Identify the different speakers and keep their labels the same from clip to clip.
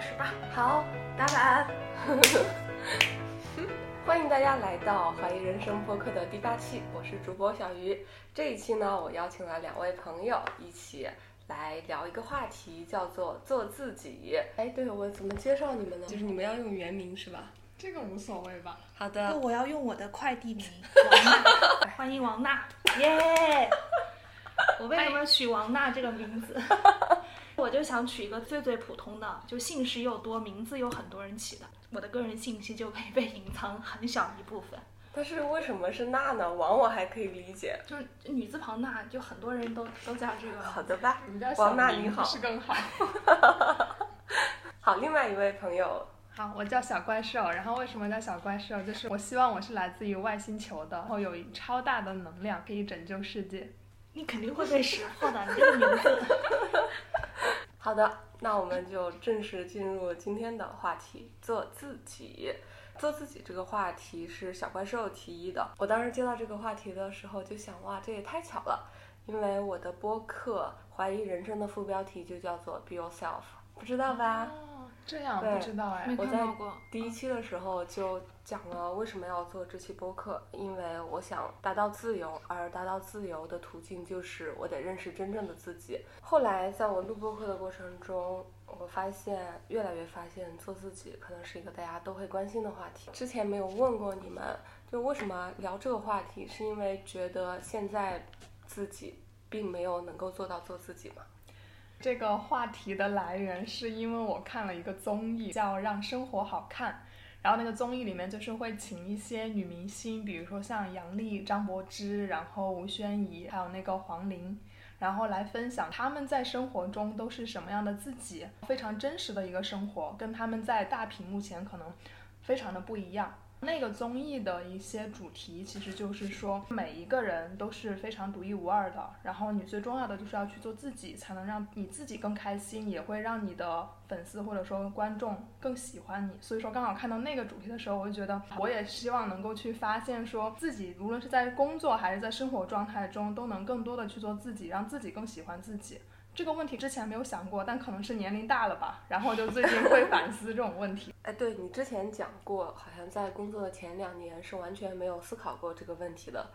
Speaker 1: 始吧。
Speaker 2: 好，打板。 欢迎大家来到《怀疑人生》播客的第八期，我是主播小鱼。这一期呢，我邀请了两位朋友一起来聊一个话题，叫做“做自己”。哎，对我怎么介绍你们呢？就是你们要用原名是吧？
Speaker 3: 这个无所谓吧？
Speaker 2: 好
Speaker 1: 那
Speaker 2: 的，
Speaker 1: 我要用我的快递 名王娜，欢迎王娜，耶！我为什么取王娜这个名字？哎我就想取一个最最普通的，就姓氏又多，名字又很多人起的，我的个人信息就可以被隐藏很小一部分。
Speaker 2: 但是为什么是娜呢？王我还可以理解。
Speaker 1: 就是女字旁娜，就很多人都都叫这个。
Speaker 2: 好的吧。
Speaker 3: 你叫小
Speaker 2: 王娜你
Speaker 3: 明
Speaker 2: 好
Speaker 3: 不是更好？
Speaker 2: 好，另外一位朋友，
Speaker 3: 好，我叫小怪兽。然后为什么叫小怪兽？就是我希望我是来自于外星球的，然后有超大的能量，可以拯救世界。
Speaker 1: 你肯定会被识破的，你这个名字。
Speaker 2: 好的，那我们就正式进入今天的话题，做自己。做自己这个话题是小怪兽提议的，我当时接到这个话题的时候就想，哇，这也太巧了，因为我的播客《怀疑人生》的副标题就叫做 “Be Yourself”，不知道吧？
Speaker 3: 哦，这样
Speaker 2: 对
Speaker 3: 不知道哎。
Speaker 2: 我
Speaker 1: 没看
Speaker 2: 在
Speaker 1: 到过
Speaker 2: 第一期的时候就讲了为什么要做这期播客，因为我想达到自由，而达到自由的途径就是我得认识真正的自己。后来在我录播客的过程中，我发现越来越发现做自己可能是一个大家都会关心的话题。之前没有问过你们，就为什么聊这个话题，是因为觉得现在自己并没有能够做到做自己嘛？
Speaker 3: 这个话题的来源是因为我看了一个综艺，叫《让生活好看》，然后那个综艺里面就是会请一些女明星，比如说像杨笠、张柏芝，然后吴宣仪，还有那个黄龄，然后来分享她们在生活中都是什么样的自己，非常真实的一个生活，跟她们在大屏幕前可能非常的不一样。那个综艺的一些主题其实就是说，每一个人都是非常独一无二的。然后你最重要的就是要去做自己，才能让你自己更开心，也会让你的粉丝或者说观众更喜欢你。所以说，刚好看到那个主题的时候，我就觉得我也希望能够去发现，说自己无论是在工作还是在生活状态中，都能更多的去做自己，让自己更喜欢自己。这个问题之前没有想过，但可能是年龄大了吧，然后就最近会反思这种问题。
Speaker 2: 哎，对你之前讲过，好像在工作的前两年是完全没有思考过这个问题的，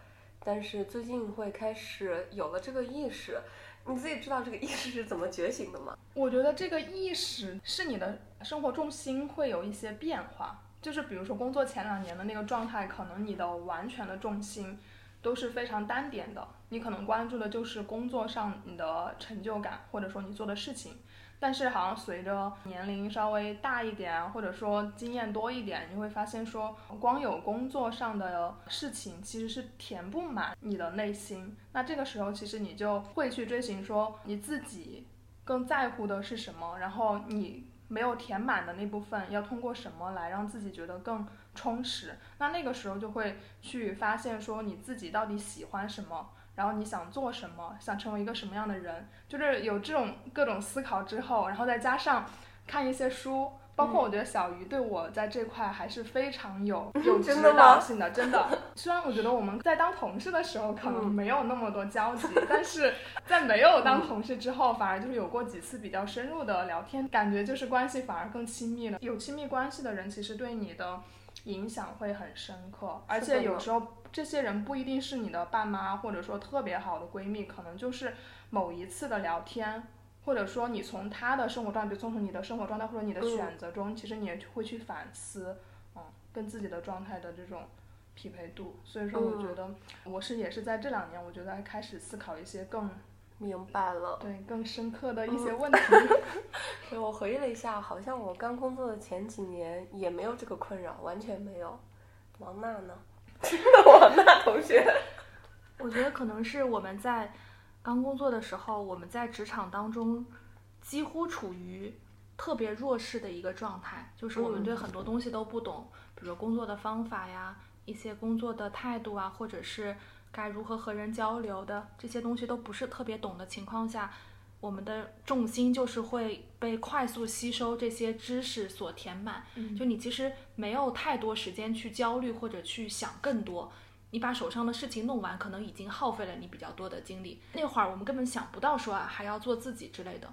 Speaker 2: 但是最近会开始有了这个意识。你自己知道这个意识是怎么觉醒的吗？
Speaker 3: 我觉得这个意识是你的生活重心会有一些变化，就是比如说工作前两年的那个状态，可能你的完全的重心都是非常单点的，你可能关注的就是工作上你的成就感，或者说你做的事情。但是好像随着年龄稍微大一点啊，或者说经验多一点，你会发现说，光有工作上的事情其实是填不满你的内心。那这个时候，其实你就会去追寻说你自己更在乎的是什么，然后你没有填满的那部分要通过什么来让自己觉得更充实。那那个时候就会去发现说你自己到底喜欢什么，然后你想做什么，想成为一个什么样的人，就是有这种各种思考之后，然后再加上看一些书。包
Speaker 2: 嗯
Speaker 3: 括我觉得小鱼对我在这块还是非 常有有指
Speaker 2: 真的吗
Speaker 3: 导性的，真的。 虽然我觉得我们在当同事的时候可能
Speaker 2: 嗯
Speaker 3: 没有那么多交集，但是 在没有当同事之后，反而就是有过几次比较深入的聊天，感觉就是关系反而更亲密了。有亲密关系的人，其实对你的影响会很深刻，而且有时候这些人不一定是你的爸妈，或者说特别好的闺蜜，可能就是某一次的聊天。或者说，你从他的生活状态，比如从你的生活状态或者你的
Speaker 2: 嗯
Speaker 3: 选择中，其实你也会去反思，嗯，跟自己的状态的这种匹配度。所以说，我
Speaker 2: 嗯
Speaker 3: 觉得我是也是在这两年，我觉得开始思考一些更
Speaker 2: 明白了。
Speaker 3: 对更深刻的一些
Speaker 1: 嗯
Speaker 3: 问 题。
Speaker 2: 对我回忆了一下，好像我刚工作的前几年也没有这个困扰，完全没有。王娜呢？ 王娜同学，
Speaker 1: 我觉得可能是我们在刚工作的时候，我们在职场当中几乎处于特别弱势的一个状态，就是我们
Speaker 2: 嗯
Speaker 1: 对很多东西都不懂，比如工作的方法呀、一些工作的态度啊，或者是该如何和人交流的这些东西都不是特别懂的情况下。我们的重心就是会被快速吸收这些知识所填满，就你其实没有太多时间去焦虑或者去想更多，你把手上的事情弄完，可能已经耗费了你比较多的精力。那会儿我们根本想不到说啊还要做自己之类的。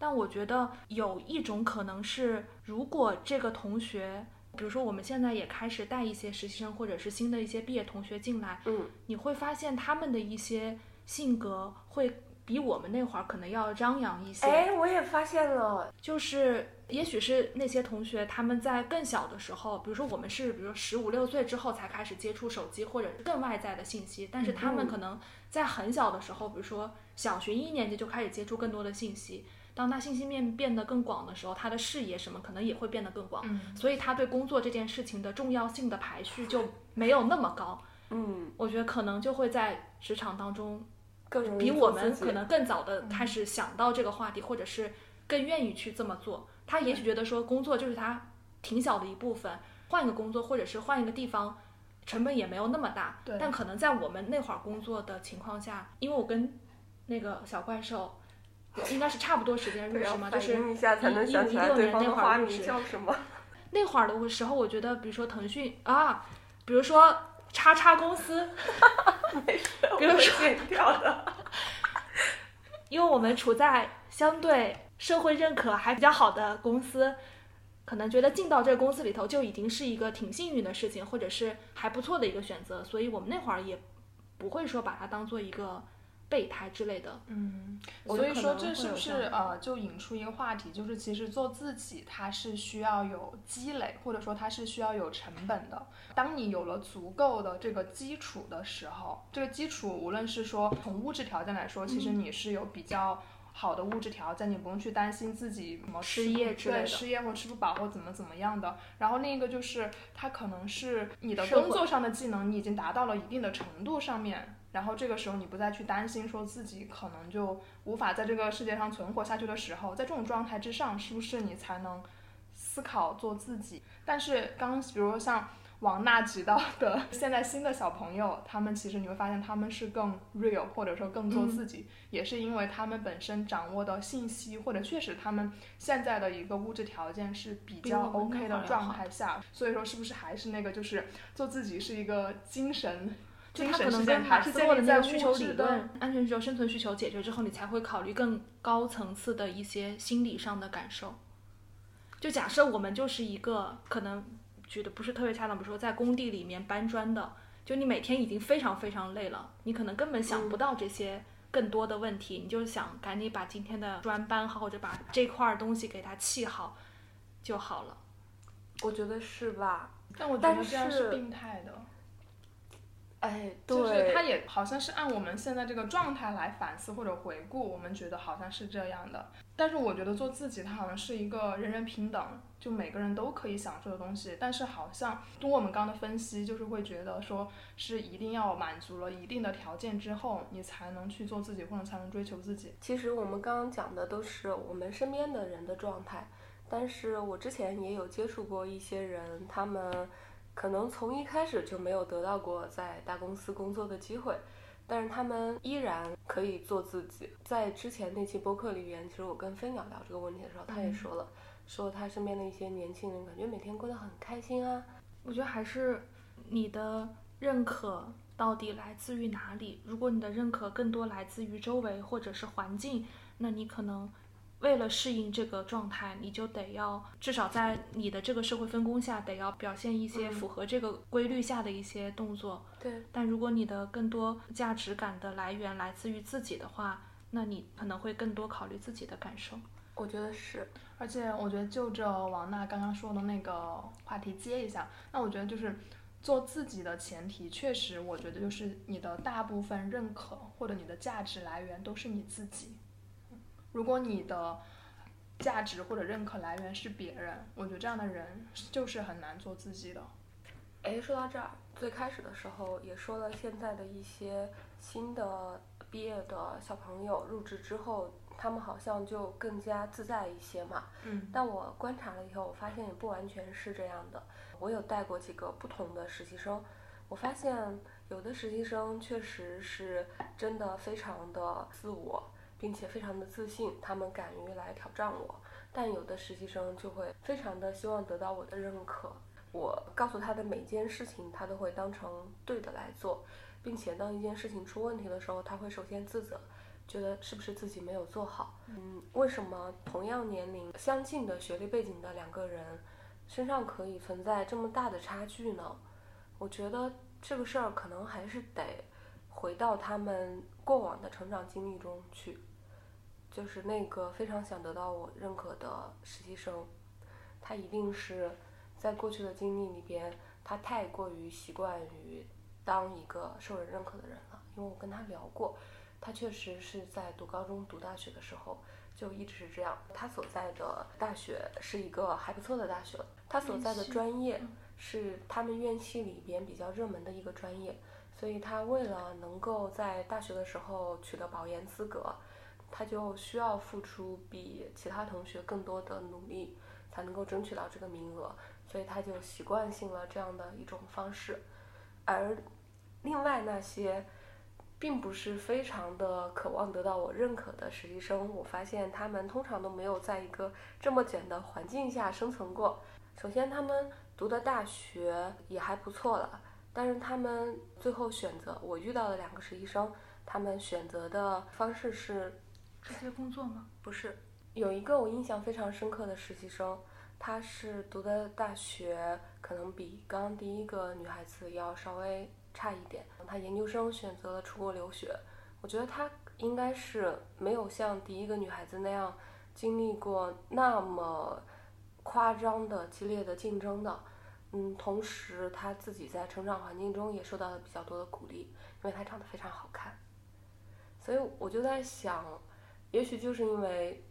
Speaker 1: 但我觉得有一种可能是，如果这个同学，比如说我们现在也开始带一些实习生或者是新的一些毕业同学进来，
Speaker 2: 嗯，
Speaker 1: 你会发现他们的一些性格会比我们那会儿可能要张扬一些。
Speaker 2: 哎，我也发现了，
Speaker 1: 就是也许是那些同学他们在更小的时候，比如说我们是，比如说十五六岁之后才开始接触手机或者更外在的信息，但是他们可能在很小的时候，比如说小学一年级就开始接触更多的信息。当他信息面变得更广的时候，他的视野什么可能也会变得更广，
Speaker 3: 嗯
Speaker 1: 所以他对工作这件事情的重要性的排序就没有那么高。
Speaker 2: 嗯，
Speaker 1: 我觉得可能就会在职场当中
Speaker 2: 更容易
Speaker 1: 比
Speaker 2: 做
Speaker 1: 我们
Speaker 2: 自己
Speaker 1: 可能更早的开始想到这个话题，或者是更愿意去这么做。他也许觉得说工作就是他挺小的一部分，换一个工作或者是换一个地方，成本也没有那么大。
Speaker 3: 对
Speaker 1: 但可能在我们那会儿工作的情况下，因为我跟那个小怪兽应该是差不多时间入
Speaker 2: 对
Speaker 1: 职
Speaker 2: 要
Speaker 1: 嘛，
Speaker 2: 反
Speaker 1: 就是
Speaker 2: 应一下才能想起来
Speaker 1: 1516
Speaker 2: 对方的
Speaker 1: 年那会儿
Speaker 2: 花
Speaker 1: 入
Speaker 2: 名
Speaker 1: 职
Speaker 2: 叫什么。
Speaker 1: 那会儿的时候，我觉得，比如说腾讯啊，比如说叉叉公司，比如说
Speaker 2: 剪掉的，
Speaker 1: 因为我们处在相对社会认可还比较好的公司，可能觉得进到这个公司里头就已经是一个挺幸运的事情，或者是还不错的一个选择，所以我们那会儿也不会说把它当做一个备胎之类的。
Speaker 3: 嗯，
Speaker 1: 我
Speaker 3: 所
Speaker 1: 觉
Speaker 3: 以
Speaker 1: 得可
Speaker 3: 说
Speaker 1: 能
Speaker 3: 这
Speaker 1: 会
Speaker 3: 是
Speaker 1: 有
Speaker 3: 不
Speaker 1: 这
Speaker 3: 是
Speaker 1: 样的
Speaker 3: 呃，就引出一个话题，就是其实做自己它是需要有积累，或者说它是需要有成本的。当你有了足够的这个基础的时候，这个基础无论是说从物质条件来说，其
Speaker 1: 嗯
Speaker 3: 实你是有比较。好的物质条件，你不用去担心自己什么
Speaker 1: 失
Speaker 3: 吃不
Speaker 1: 业之类
Speaker 3: 对
Speaker 1: 的
Speaker 3: 失业或吃不饱或怎么怎么样的。然后另一个就是，它可能是你的
Speaker 1: 社会
Speaker 3: 工作上的技能，你已经达到了一定的程度上面，然后这个时候你不再去担心说自己可能就无法在这个世界上存活下去的时候，在这种状态之上，是不是你才能思考做自己？但是刚比如说像王娜提到的，现在新的小朋友，他们其实你会发现他们是更 real，或者说更
Speaker 1: 嗯
Speaker 3: 做自己，也是因为他们本身掌握的信息，或者确实他们现在的一个物质条件是比
Speaker 1: 比
Speaker 3: 较
Speaker 1: 我们那
Speaker 3: OK
Speaker 1: 会儿
Speaker 3: 的
Speaker 1: 要
Speaker 3: 状
Speaker 1: 好
Speaker 3: 态下，所以说是不是还是那个就是做自己是一个精神。
Speaker 1: 就
Speaker 3: 精
Speaker 1: 它
Speaker 3: 神
Speaker 1: 可能
Speaker 3: 世界
Speaker 1: 跟马
Speaker 3: 还是
Speaker 1: 斯
Speaker 3: 建
Speaker 1: 洛的
Speaker 3: 立
Speaker 1: 那
Speaker 3: 在
Speaker 1: 个需求
Speaker 3: 物
Speaker 1: 理
Speaker 3: 质的
Speaker 1: 论、安全需求、生存需求解决之后，你才会考虑更高层次的一些心理上的感受。就假设我们就是一个可能举的不是特别恰当，比如说在工地里面搬砖的，就你每天已经非常非常累了，你可能根本想不到这些更多的问题，你就想赶紧把今天的砖搬好，或者把这块儿东西给它砌好就好了。
Speaker 2: 我觉得是吧？
Speaker 3: 但我觉
Speaker 2: 但
Speaker 3: 得这样是
Speaker 2: 是
Speaker 3: 病态的，
Speaker 2: 哎，
Speaker 3: 就是他
Speaker 2: 对，
Speaker 3: 也好像是按我们现在这个状态来反思或者回顾，我们觉得好像是这样的。但是我觉得做自己，它好像是一个人人平等，就每个人都可以享受的东西。但是好像通过我们刚刚的分析，就是会觉得说是一定要满足了一定的条件之后，你才能去做自己，或者才能追求自己。
Speaker 2: 其实我们刚刚讲的都是我们身边的人的状态，但是我之前也有接触过一些人，他们可能从一开始就没有得到过在大公司工作的机会，但是他们依然可以做自己。在之前那期播客里边，其实我跟飞鸟聊这个问题的时候，他也说了，说他身边的一些年轻人感觉每天过得很开心啊，
Speaker 1: 我觉得还是你的认可到底来自于哪里。如果你的认可更多来自于周围或者是环境，那你可能为了适应这个状态，你就得要至少在你的这个社会分工下，得要表现一些
Speaker 2: 嗯
Speaker 1: 符合这个规律下的一些动作。
Speaker 2: 对，
Speaker 1: 但如果你的更多价值感的来源来自于自己的话，那你可能会更多考虑自己的感受。
Speaker 2: 我觉得是，
Speaker 3: 而且我觉得就着王娜刚刚说的那个话题接一下，那我觉得就是做自己的前提，确实我觉得就是你的大部分认可或者你的价值来源都是你自己。如果你的价值或者认可来源是别人，我觉得这样的人就是很难做自己的。
Speaker 2: 哎，说到这儿，最开始的时候也说了，现在的一些新的毕业的小朋友入职之后，他们好像就更加自在一些嘛。
Speaker 3: 嗯，
Speaker 2: 但我观察了以后，我发现也不完全是这样的。我有带过几个不同的实习生，我发现有的实习生确实是真的非常的自我，并且非常的自信，他们敢于来挑战我。但有的实习生就会非常的希望得到我的认可，我告诉他的每件事情，他都会当成对的来做，并且当一件事情出问题的时候，他会首先自责，觉得是不是自己没有做好。嗯，为什么同样年龄、相近的学历背景的两个人身上可以存在这么大的差距呢？我觉得这个事儿可能还是得回到他们过往的成长经历中去。就是那个非常想得到我认可的实习生，他一定是在过去的经历里边，他太过于习惯于当一个受人认可的人了。因为我跟他聊过，他确实是在读高中、读大学的时候就一直是这样。他所在的大学是一个还不错的大学，他所在的专业是他们院系里边比较热门的一个专业，所以他为了能够在大学的时候取得保研资格。他就需要付出比其他同学更多的努力，才能够争取到这个名额，所以他就习惯性了这样的一种方式。而另外那些并不是非常的渴望得到我认可的实习生，我发现他们通常都没有在一个这么卷的环境下生存过。首先，他们读的大学也还不错了，但是他们最后选择我遇到的两个实习生，他们选择的方式是。
Speaker 1: 直接工作吗？
Speaker 2: 不是，有一个我印象非常深刻的实习生，她是读的大学，可能比刚刚第一个女孩子要稍微差一点。她研究生选择了出国留学，我觉得她应该是没有像第一个女孩子那样经历过那么夸张的激烈的竞争的。嗯，同时她自己在成长环境中也受到了比较多的鼓励，因为她长得非常好看，所以我就在想。也许就是因为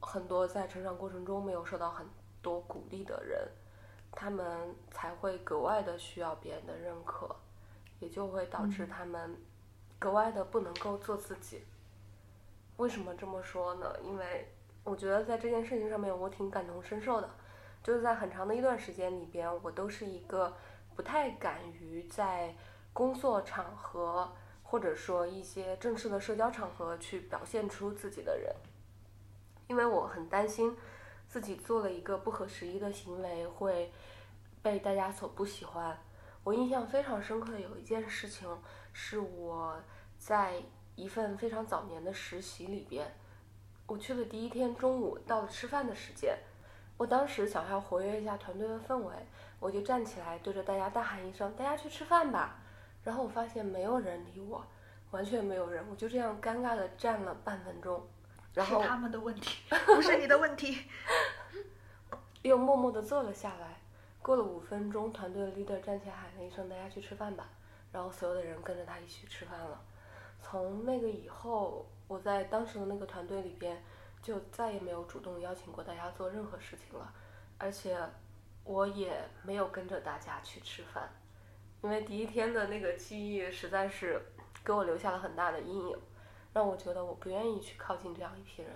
Speaker 2: 很多在成长过程中没有受到很多鼓励的人，他们才会格外的需要别人的认可，也就会导致他们格外的不能够做自己。为什么这么说呢？因为我觉得在这件事情上面，我挺感同身受的。就是在很长的一段时间里边，我都是一个不太敢于在工作场合。或者说一些正式的社交场合去表现出自己的人，因为我很担心自己做了一个不合时宜的行为会被大家所不喜欢。我印象非常深刻的有一件事情，是我在一份非常早年的实习里边，我去的第一天中午到了吃饭的时间，我当时想要活跃一下团队的氛围，我就站起来对着大家大喊一声：“大家去吃饭吧！”然后我发现没有人理我，完全没有人，我就这样尴尬的站了半分钟，然后
Speaker 1: 是他们的问题，不是你的问题。
Speaker 2: 又默默的坐了下来。过了五分钟，团队的 leader 站起来喊了一声：“大家去吃饭吧。”然后所有的人跟着他一起吃饭了。从那个以后，我在当时的那个团队里边，就再也没有主动邀请过大家做任何事情了，而且我也没有跟着大家去吃饭。因为第一天的那个记忆实在是给我留下了很大的阴影，让我觉得我不愿意去靠近这样一批人。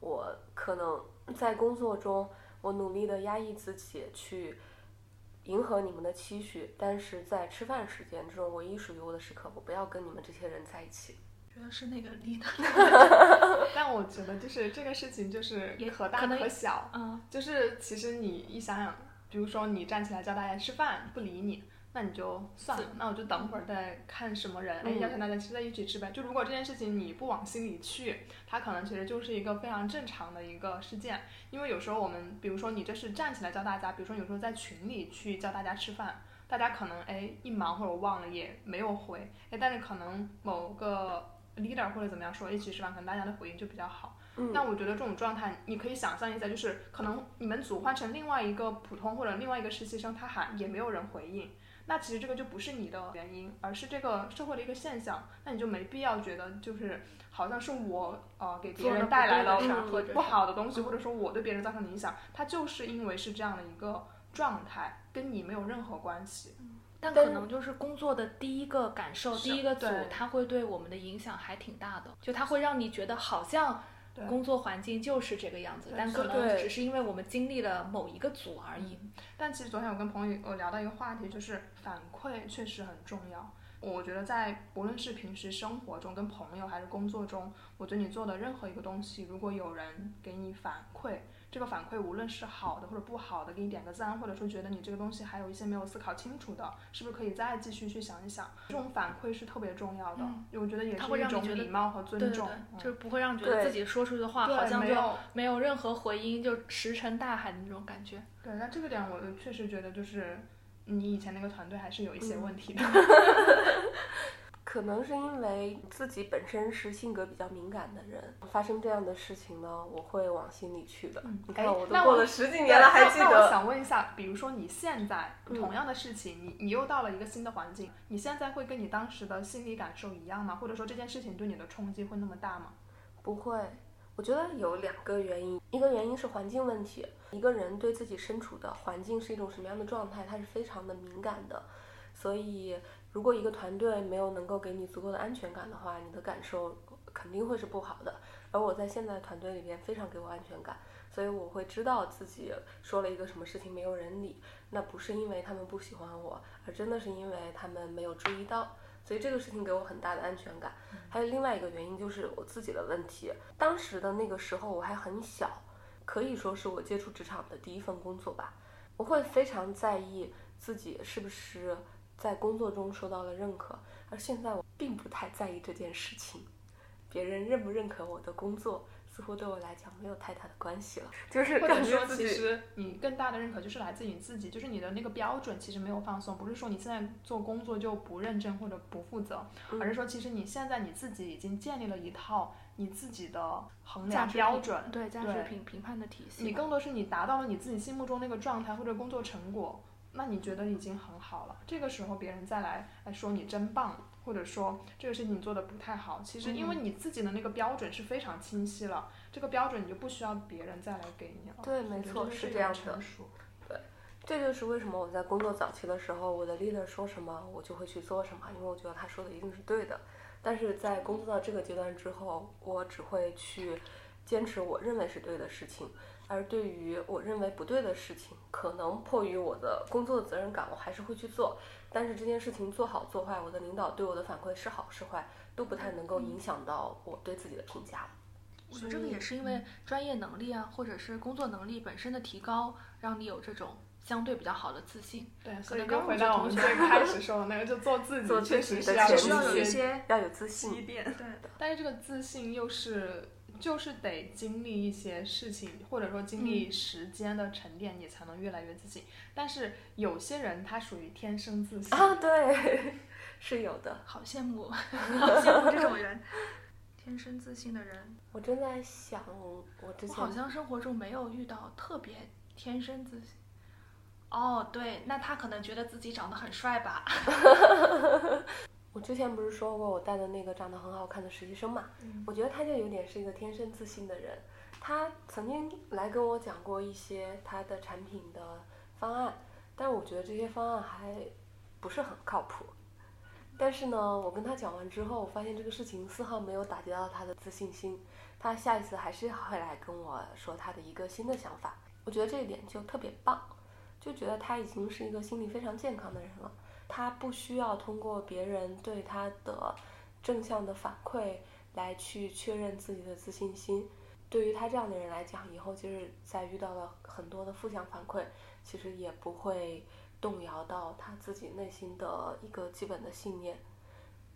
Speaker 2: 我可能在工作中，我努力的压抑自己去迎合你们的期许，但是在吃饭时间这种唯一属于我的时刻，我不要跟你们这些人在一起。
Speaker 1: 觉得是那个 leader，
Speaker 3: 但我觉得就是这个事情就是
Speaker 1: 也
Speaker 3: 可
Speaker 1: 可
Speaker 3: 大
Speaker 1: 能
Speaker 3: 可小，
Speaker 1: 嗯，
Speaker 3: 就是其实你一想想，比如说你站起来叫大家吃饭，不理你，那你就算了，那我就等会儿再看什么人，哎，
Speaker 2: 嗯
Speaker 3: 邀请大家吃在一起吃呗。就如果这件事情你不往心里去，它可能其实就是一个非常正常的一个事件，因为有时候我们，比如说你这是站起来叫大家，比如说有时候在群里去叫大家吃饭。大家可能哎一忙或者忘了也没有回，哎，但是可能某个 leader 或者怎么样说一起吃饭，可能大家的回应就比较好。
Speaker 2: 嗯
Speaker 3: 那我觉得这种状态，你可以想象一下，就是可能你们组换成另外一个普通或者另外一个实习生，他喊也没有人回应，那其实这个就不是你的原因，而是这个社会的一个现象。那你就没必要觉得就是好像是我呃给别
Speaker 1: 做了
Speaker 3: 人
Speaker 1: 不
Speaker 3: 带来
Speaker 1: 对的
Speaker 3: 了
Speaker 1: 事
Speaker 2: 儿
Speaker 3: 不
Speaker 1: 或者
Speaker 3: 不
Speaker 1: 是嗯
Speaker 3: 好的东西，或者说我对别人造成的影响，它就是因为是这样的一个状态，跟你没有任何关系。
Speaker 1: 但
Speaker 2: 但
Speaker 1: 可
Speaker 2: 是
Speaker 1: 能就是工作的第一个感受，第一个组
Speaker 3: 对，
Speaker 1: 它会对我们的影响还挺大的，就它会让你觉得好像
Speaker 3: 对
Speaker 1: 工作环境就是这个样子，
Speaker 3: 对
Speaker 1: 但
Speaker 3: 是
Speaker 1: 可能
Speaker 2: 对
Speaker 1: 只是因为我们经历了某一个组而已。
Speaker 3: 但其实昨天我跟朋友有聊到一个话题，就是反馈确实很重要。我觉得在不论是平时生活中、跟朋友还是工作中，我觉得你做的任何一个东西，如果有人给你反馈，这个反馈无论是好的或者不好的，给你点个赞，或者说觉得你这个东西还有一些没有思考清楚的，是不是可以再继续去想一想？这种反馈是特别重要的，
Speaker 1: 嗯
Speaker 3: 我觉得也
Speaker 1: 它
Speaker 3: 是
Speaker 1: 会
Speaker 3: 一
Speaker 1: 让你
Speaker 3: 种
Speaker 1: 觉得
Speaker 3: 礼貌和尊
Speaker 1: 对对
Speaker 3: 重
Speaker 1: 对，，
Speaker 3: 嗯
Speaker 1: 就是不会让觉得
Speaker 2: 对
Speaker 1: 自己说出去的话
Speaker 3: 对
Speaker 1: 好像
Speaker 3: 没
Speaker 1: 就
Speaker 3: 有
Speaker 1: 没有任何回音，就石沉大海的那种感觉。
Speaker 3: 对，那这个点我确实觉得就是你以前那个团队还是有一
Speaker 1: 嗯
Speaker 3: 些问题 的。
Speaker 2: 可能是因为自己本身是性格比较敏感的人，发生这样的事情呢，我会往心里去的。你看，
Speaker 3: 哎
Speaker 2: 我都
Speaker 3: 那
Speaker 2: 过
Speaker 3: 我
Speaker 2: 了十几
Speaker 3: 对
Speaker 2: 年了，还
Speaker 3: 那
Speaker 2: 记
Speaker 3: 那我
Speaker 2: 得。
Speaker 3: 想问一下，比如说你现在
Speaker 2: 嗯
Speaker 3: 同样的事情，你你又到了一个新的环境，你现在会跟你当时的心理感受一样吗？或者说这件事情对你的冲击会那么大吗？
Speaker 2: 不会，我觉得有两个原因，一个原因是环境问题，一个人对自己身处的环境是一种什么样的状态，他是非常的敏感的，所以如果一个团队没有能够给你足够的安全感的话，你的感受肯定会是不好的。而我在现在的团队里面非常给我安全感，所以我会知道自己说了一个什么事情没有人理，那不是因为他们不喜欢我，而真的是因为他们没有注意到。所以这个事情给我很大的安全感，
Speaker 3: 嗯
Speaker 2: 还有另外一个原因就是我自己的问题。当时的那个时候我还很小，可以说是我接触职场的第一份工作吧。我会非常在意自己是不是在工作中受到了认可，而现在我并不太在意这件事情。别人认不认可我的工作，似乎对我来讲没有太大的关系了。 就是
Speaker 3: 或者
Speaker 2: 感觉
Speaker 3: 说，
Speaker 2: 自
Speaker 3: 其
Speaker 2: 己
Speaker 3: 实你更大的认可就是来自于你自己，就是你的那个标准其实没有放松，不是说你现在做工作就不认真或者不负责，
Speaker 2: 嗯
Speaker 3: 而是说其实你现在你自己已经建立了一套你自己的衡
Speaker 1: 价
Speaker 3: 量
Speaker 1: 值
Speaker 3: 标
Speaker 1: 评
Speaker 3: 准，
Speaker 1: 对价值
Speaker 3: 对
Speaker 1: 评评判的体系嘛，
Speaker 3: 你更多是你达到了你自己心目中那个状态或者工作成果，那你觉得已经很好了。这个时候别人再来来说你真棒，或者说这个事情你做的不太好，其实因
Speaker 2: 嗯
Speaker 3: 为你自己的那个标准是非常清晰了，这个标准你就不需要别人再来给你了。
Speaker 2: 对没
Speaker 3: 哦我觉得
Speaker 2: 错
Speaker 3: 这
Speaker 2: 是
Speaker 3: 一
Speaker 2: 这样
Speaker 3: 种
Speaker 2: 的
Speaker 3: 成熟。
Speaker 2: 这就是为什么我在工作早期的时候，我的 leader 说什么，我就会去做什么，因为我觉得他说的一定是对的。但是在工作到这个阶段之后，我只会去坚持我认为是对的事情，而对于我认为不对的事情，可能迫于我的工作责任感，我还是会去做。但是这件事情做好做坏，我的领导对我的反馈是好是坏，都不太能够影响到我对自己的评价。
Speaker 1: 我觉得这个也是因为专业能力啊，或者是工作能力本身的提高，让你有这种相对比较好的自信。
Speaker 3: 对，所以
Speaker 1: 能
Speaker 3: 就
Speaker 1: 刚
Speaker 3: 回
Speaker 1: 入
Speaker 3: 到
Speaker 1: 职
Speaker 3: 我们
Speaker 1: 同
Speaker 3: 最
Speaker 1: 学
Speaker 3: 开始说的那个，就做自己，
Speaker 2: 做
Speaker 3: 确
Speaker 2: 自己的
Speaker 3: 实是要
Speaker 2: 前
Speaker 1: 也
Speaker 2: 提
Speaker 1: 需要有
Speaker 2: 是
Speaker 1: 一些
Speaker 2: 要有自信，
Speaker 3: 淀。
Speaker 1: 对
Speaker 3: 但是这个自信又是就是得经历一些事情，或者说经
Speaker 1: 嗯
Speaker 3: 历时间的沉淀，你才能越来越自信。但是有些人他属于天生自信，
Speaker 2: 啊，对， 是有的。
Speaker 1: 好羡 慕，好羡慕这种人，天生自信的人。
Speaker 2: 我正在想，我之前
Speaker 1: 我好像生活中没有遇到特别天生自信。哦，对，那他可能觉得自己长得很帅吧？
Speaker 2: 我之前不是说过我带的那个长得很好看的实习生嘛，我觉得他就有点是一个天生自信的人。他曾经来跟我讲过一些他的产品的方案，但我觉得这些方案还不是很靠谱。但是呢，我跟他讲完之后，我发现这个事情丝毫没有打击到他的自信心。他下一次还是会来跟我说他的一个新的想法。我觉得这一点就特别棒，就觉得他已经是一个心理非常健康的人了。他不需要通过别人对他的正向的反馈来去确认自己的自信心。对于他这样的人来讲，以后就是在遇到了很多的负向反馈，其实也不会动摇到他自己内心的一个基本的信念。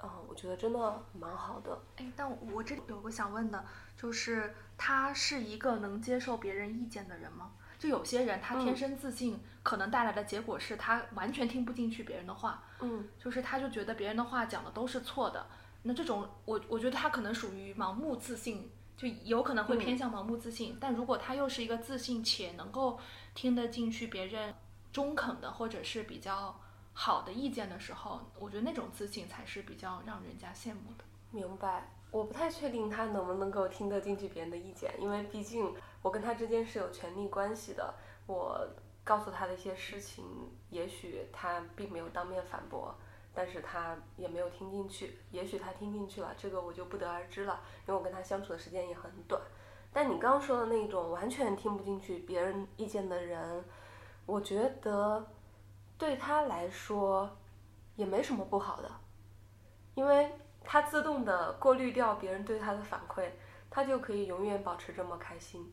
Speaker 2: 嗯，我觉得真的蛮好的。
Speaker 1: 哎，但我这里有个想问的，就是他是一个能接受别人意见的人吗？就有些人他天
Speaker 2: 嗯
Speaker 1: 生自信，可能带来的结果是他完全听不进去别人的话，
Speaker 2: 嗯，
Speaker 1: 就是他就觉得别人的话讲的都是错的。那这种我我觉得他可能属于盲目自信，就有可能会
Speaker 3: 嗯
Speaker 1: 偏向盲目自信。但如果他又是一个自信且能够听得进去别人中肯的或者是比较好的意见的时候，我觉得那种自信才是比较让人家羡慕的。
Speaker 2: 明白。我不太确定他能不能够听得进去别人的意见，因为毕竟我跟他之间是有权利关系的。我告诉他的一些事情，也许他并没有当面反驳，但是他也没有听进去，也许他听进去了，这个我就不得而知了，因为我跟他相处的时间也很短。但你刚刚说的那种完全听不进去别人意见的人，我觉得对他来说也没什么不好的，因为他自动的过滤掉别人对他的反馈，他就可以永远保持这么开心。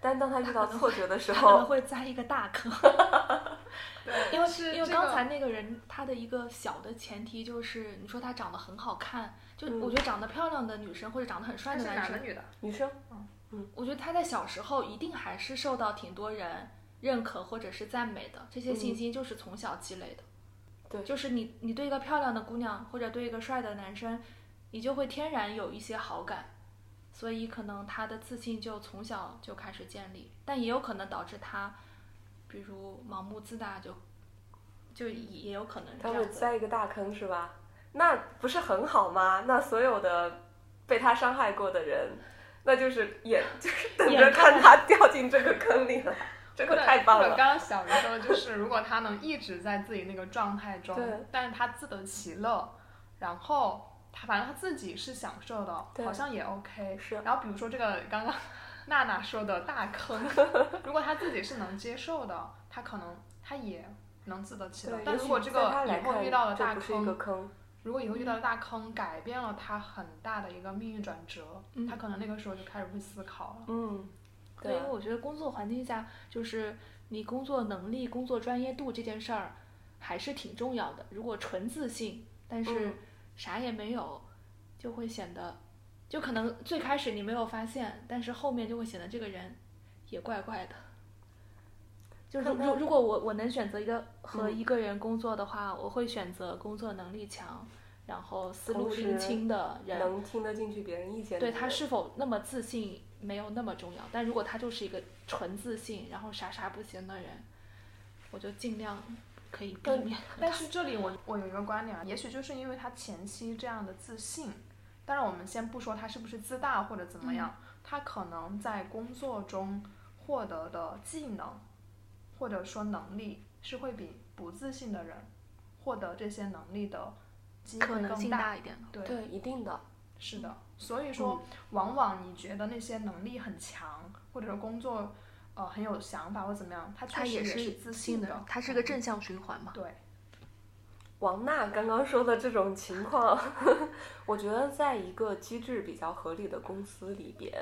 Speaker 2: 但当他遇到挫折的时
Speaker 1: 他可 能
Speaker 2: 候，
Speaker 1: 会栽一个大坑。
Speaker 3: 对，
Speaker 1: 因为
Speaker 3: 是
Speaker 1: 因为
Speaker 3: 这
Speaker 1: 刚
Speaker 3: 个
Speaker 1: 才那个人他的一个小的前提就是，你说他长得很好看，就
Speaker 2: 嗯
Speaker 1: 我觉得长得漂亮的女生或者长得很帅
Speaker 3: 他
Speaker 1: 的
Speaker 3: 是
Speaker 1: 男
Speaker 3: 男的
Speaker 1: 生，
Speaker 3: 女的？
Speaker 2: 女生
Speaker 1: 我觉得他在小时候一定还是受到挺多人认可或者是赞美的，这些信心就是从小积累的。
Speaker 2: 嗯对
Speaker 1: 就是你你对一个漂亮的姑娘或者对一个帅的男生，你就会天然有一些好感。所以可能他的自信就从小就开始建立，但也有可能导致他，比如盲目自大就，就也也有可能这
Speaker 2: 他
Speaker 1: 样
Speaker 2: 会
Speaker 1: 子。
Speaker 2: 栽一个大坑是吧？那不是很好吗？那所有的被他伤害过的人，那就是眼 就是等着
Speaker 1: 眼看
Speaker 2: 看他掉进这个坑 里了，这
Speaker 3: 或
Speaker 2: 个
Speaker 3: 者
Speaker 2: 太棒
Speaker 3: 或者
Speaker 2: 了。
Speaker 3: 刚刚小鱼说的就是，如果他能一直在自己那个状态中
Speaker 2: 对，
Speaker 3: 但是他自得其乐，然后他反正他自己是享受的，
Speaker 2: 对
Speaker 3: 好像也 OK。
Speaker 2: 是
Speaker 3: 然后比如说这个刚 刚娜娜说的大 坑，如果他自己是能接受的，他可能他也能自得其乐
Speaker 2: 对。
Speaker 3: 但
Speaker 2: 也许
Speaker 3: 如果这
Speaker 2: 在他
Speaker 3: 个
Speaker 2: 来
Speaker 3: 以后
Speaker 2: 看
Speaker 3: 遇到了
Speaker 2: 这
Speaker 3: 大
Speaker 2: 不是一个嗯
Speaker 3: 坑，嗯
Speaker 2: 坑，
Speaker 3: 如果以后遇到了大坑，改变了他很大的一个命运转折，
Speaker 1: 嗯
Speaker 3: 他可能那个时候就开始会思考了。
Speaker 2: 嗯，
Speaker 1: 对，
Speaker 2: 对
Speaker 1: 因为我觉得工作环境下，就是你工作能力、工作专业度这件事儿还是挺重要的。如果纯自信，但是
Speaker 2: 嗯
Speaker 1: 啥也没有，就会显得，就可能最开始你没有发现，但是后面就会显得这个人也怪怪的。就如
Speaker 2: 看他
Speaker 1: 如如果我我能选择一个和
Speaker 2: 嗯
Speaker 1: 一个人工作的话，我会选择工作能力强，然后思
Speaker 2: 同
Speaker 1: 路
Speaker 2: 时
Speaker 1: 拎清的人，
Speaker 2: 能听得进去别人意见的
Speaker 1: 对
Speaker 2: 人。
Speaker 1: 他是否那么自信没有那么重要，但如果他就是一个纯自信，然后啥啥不行的人，我就尽量可以避
Speaker 3: 对
Speaker 1: 免。
Speaker 3: 但是这里我我有一个观点啊，也许就是因为他前期这样的自信，当然我们先不说他是不是自大或者怎么样，他可能在工作中获得的技能或者说能力是会比不自信的人获得这些能力的机
Speaker 1: 可
Speaker 3: 会
Speaker 1: 能
Speaker 3: 更
Speaker 1: 性
Speaker 3: 大。
Speaker 1: 大一点了。
Speaker 3: 对，嗯
Speaker 2: 对，一定的。
Speaker 3: 是的，所以说，往往你觉得那些能力很强，或者说工作呃很有想法或怎么样，他确
Speaker 1: 他
Speaker 3: 实
Speaker 1: 也
Speaker 3: 是自信
Speaker 1: 的，他是个正向循环嘛。
Speaker 3: 对，
Speaker 2: 王娜刚刚说的这种情况， 我觉得在一个机制比较合理的公司里边，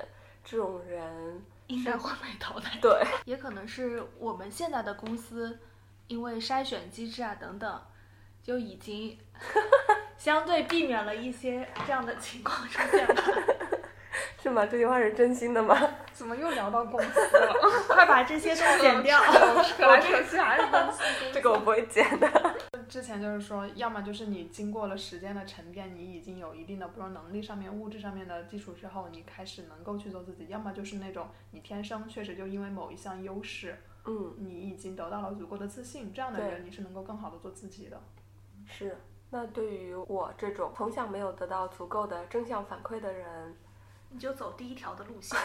Speaker 2: 这种人
Speaker 1: 应该会被淘 汰。
Speaker 2: 对，
Speaker 1: 也可能是我们现在的公司，因为筛选机制啊等等，就已 经相对避免了一些这样的情况出现吧。
Speaker 2: 是吗？这句话是真心的吗？
Speaker 3: 怎么又聊到公司了？
Speaker 1: 快把这些都剪 掉。
Speaker 3: 扯来扯去还是公司。
Speaker 2: 这个我不会剪的。
Speaker 3: 之前就是说，要么就是你经过了时间的沉淀，你已经有一定的，不说能力上面、物质上面的基础之后，你开始能够去做自己；要么就是那种你天生确实就因为某一项优势，
Speaker 2: 嗯，
Speaker 3: 你已经得到了足够的自信，这样的
Speaker 2: 对
Speaker 3: 人你是能够更好的做自己的。
Speaker 2: 是。那对于我这种从小没有得到足够的正向反馈的人，
Speaker 1: 你就走第一条的路 线，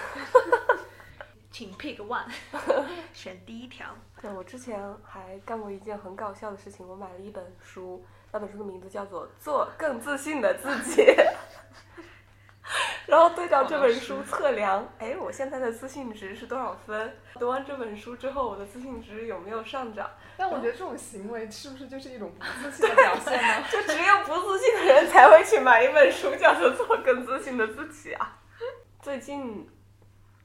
Speaker 1: 请 pick one，选第一条。
Speaker 2: 对我之前还干过一件很搞笑的事情，我买了一本书，那本书的名字叫做《做更自信的自己》， 然后对照这本书测量，哎，我现在的自信值是多少分？读完这本书之后，我的自信值有没有上涨？
Speaker 3: 但我觉得这种行为是不是就是一种不自信的表现 呢？
Speaker 2: 就只有不自信的人才会去买一本书，叫做《做更自信的自己》啊。最近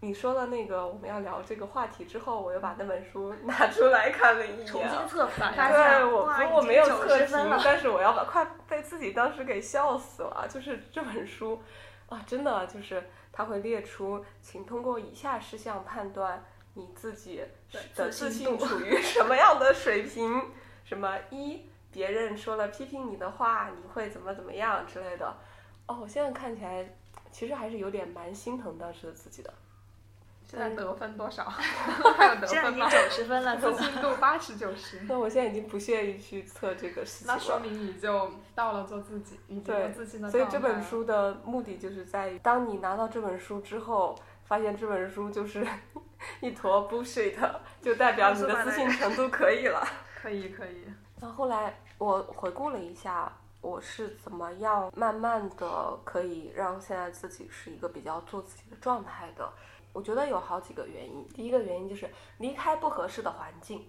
Speaker 2: 你说的那个我们要聊这个话题之后，我又把那本书拿出来看了一眼。
Speaker 1: 测反
Speaker 3: 发
Speaker 2: 对，我
Speaker 1: 哇
Speaker 2: 不
Speaker 1: 已
Speaker 2: 我
Speaker 1: 经
Speaker 2: 没有
Speaker 1: 90
Speaker 2: 测
Speaker 1: 分
Speaker 2: 评
Speaker 1: 了，
Speaker 2: 但是我要把快被自己当时给笑死了。就是这本书啊，真的就是它会列出，请通过以下事项判断你自己
Speaker 1: 对
Speaker 2: 的自
Speaker 1: 自信
Speaker 2: 信
Speaker 1: 度
Speaker 2: 处 于什么样的水平。什么一，别人说了批评你的话，你会怎么怎么样之类的。哦，我现在看起来其实还是有点蛮心疼当时的自己的。
Speaker 3: 现在得分多少？ 还有得
Speaker 1: 这样
Speaker 3: 分
Speaker 1: 已
Speaker 3: 吗
Speaker 1: 经？九十分了，
Speaker 3: 自信度八十九十。
Speaker 2: 那我现在已经不屑于去测这个事情了。
Speaker 3: 那说明你就到了做自己，已经有
Speaker 2: 对
Speaker 3: 自信的
Speaker 2: 所以
Speaker 3: 状态
Speaker 2: 这本
Speaker 3: 了
Speaker 2: 书的目的就是在于，当你拿到这本书之后，发现这本书就是 一坨 bullshit，就代表你的自信程度可以了。
Speaker 3: 可以可以，
Speaker 2: 那后来我回顾了一下，我是怎么样慢慢的可以让现在自己是一个比较做自己的状态的。我觉得有好几个原因，第一个原因就是离开不合适的环境，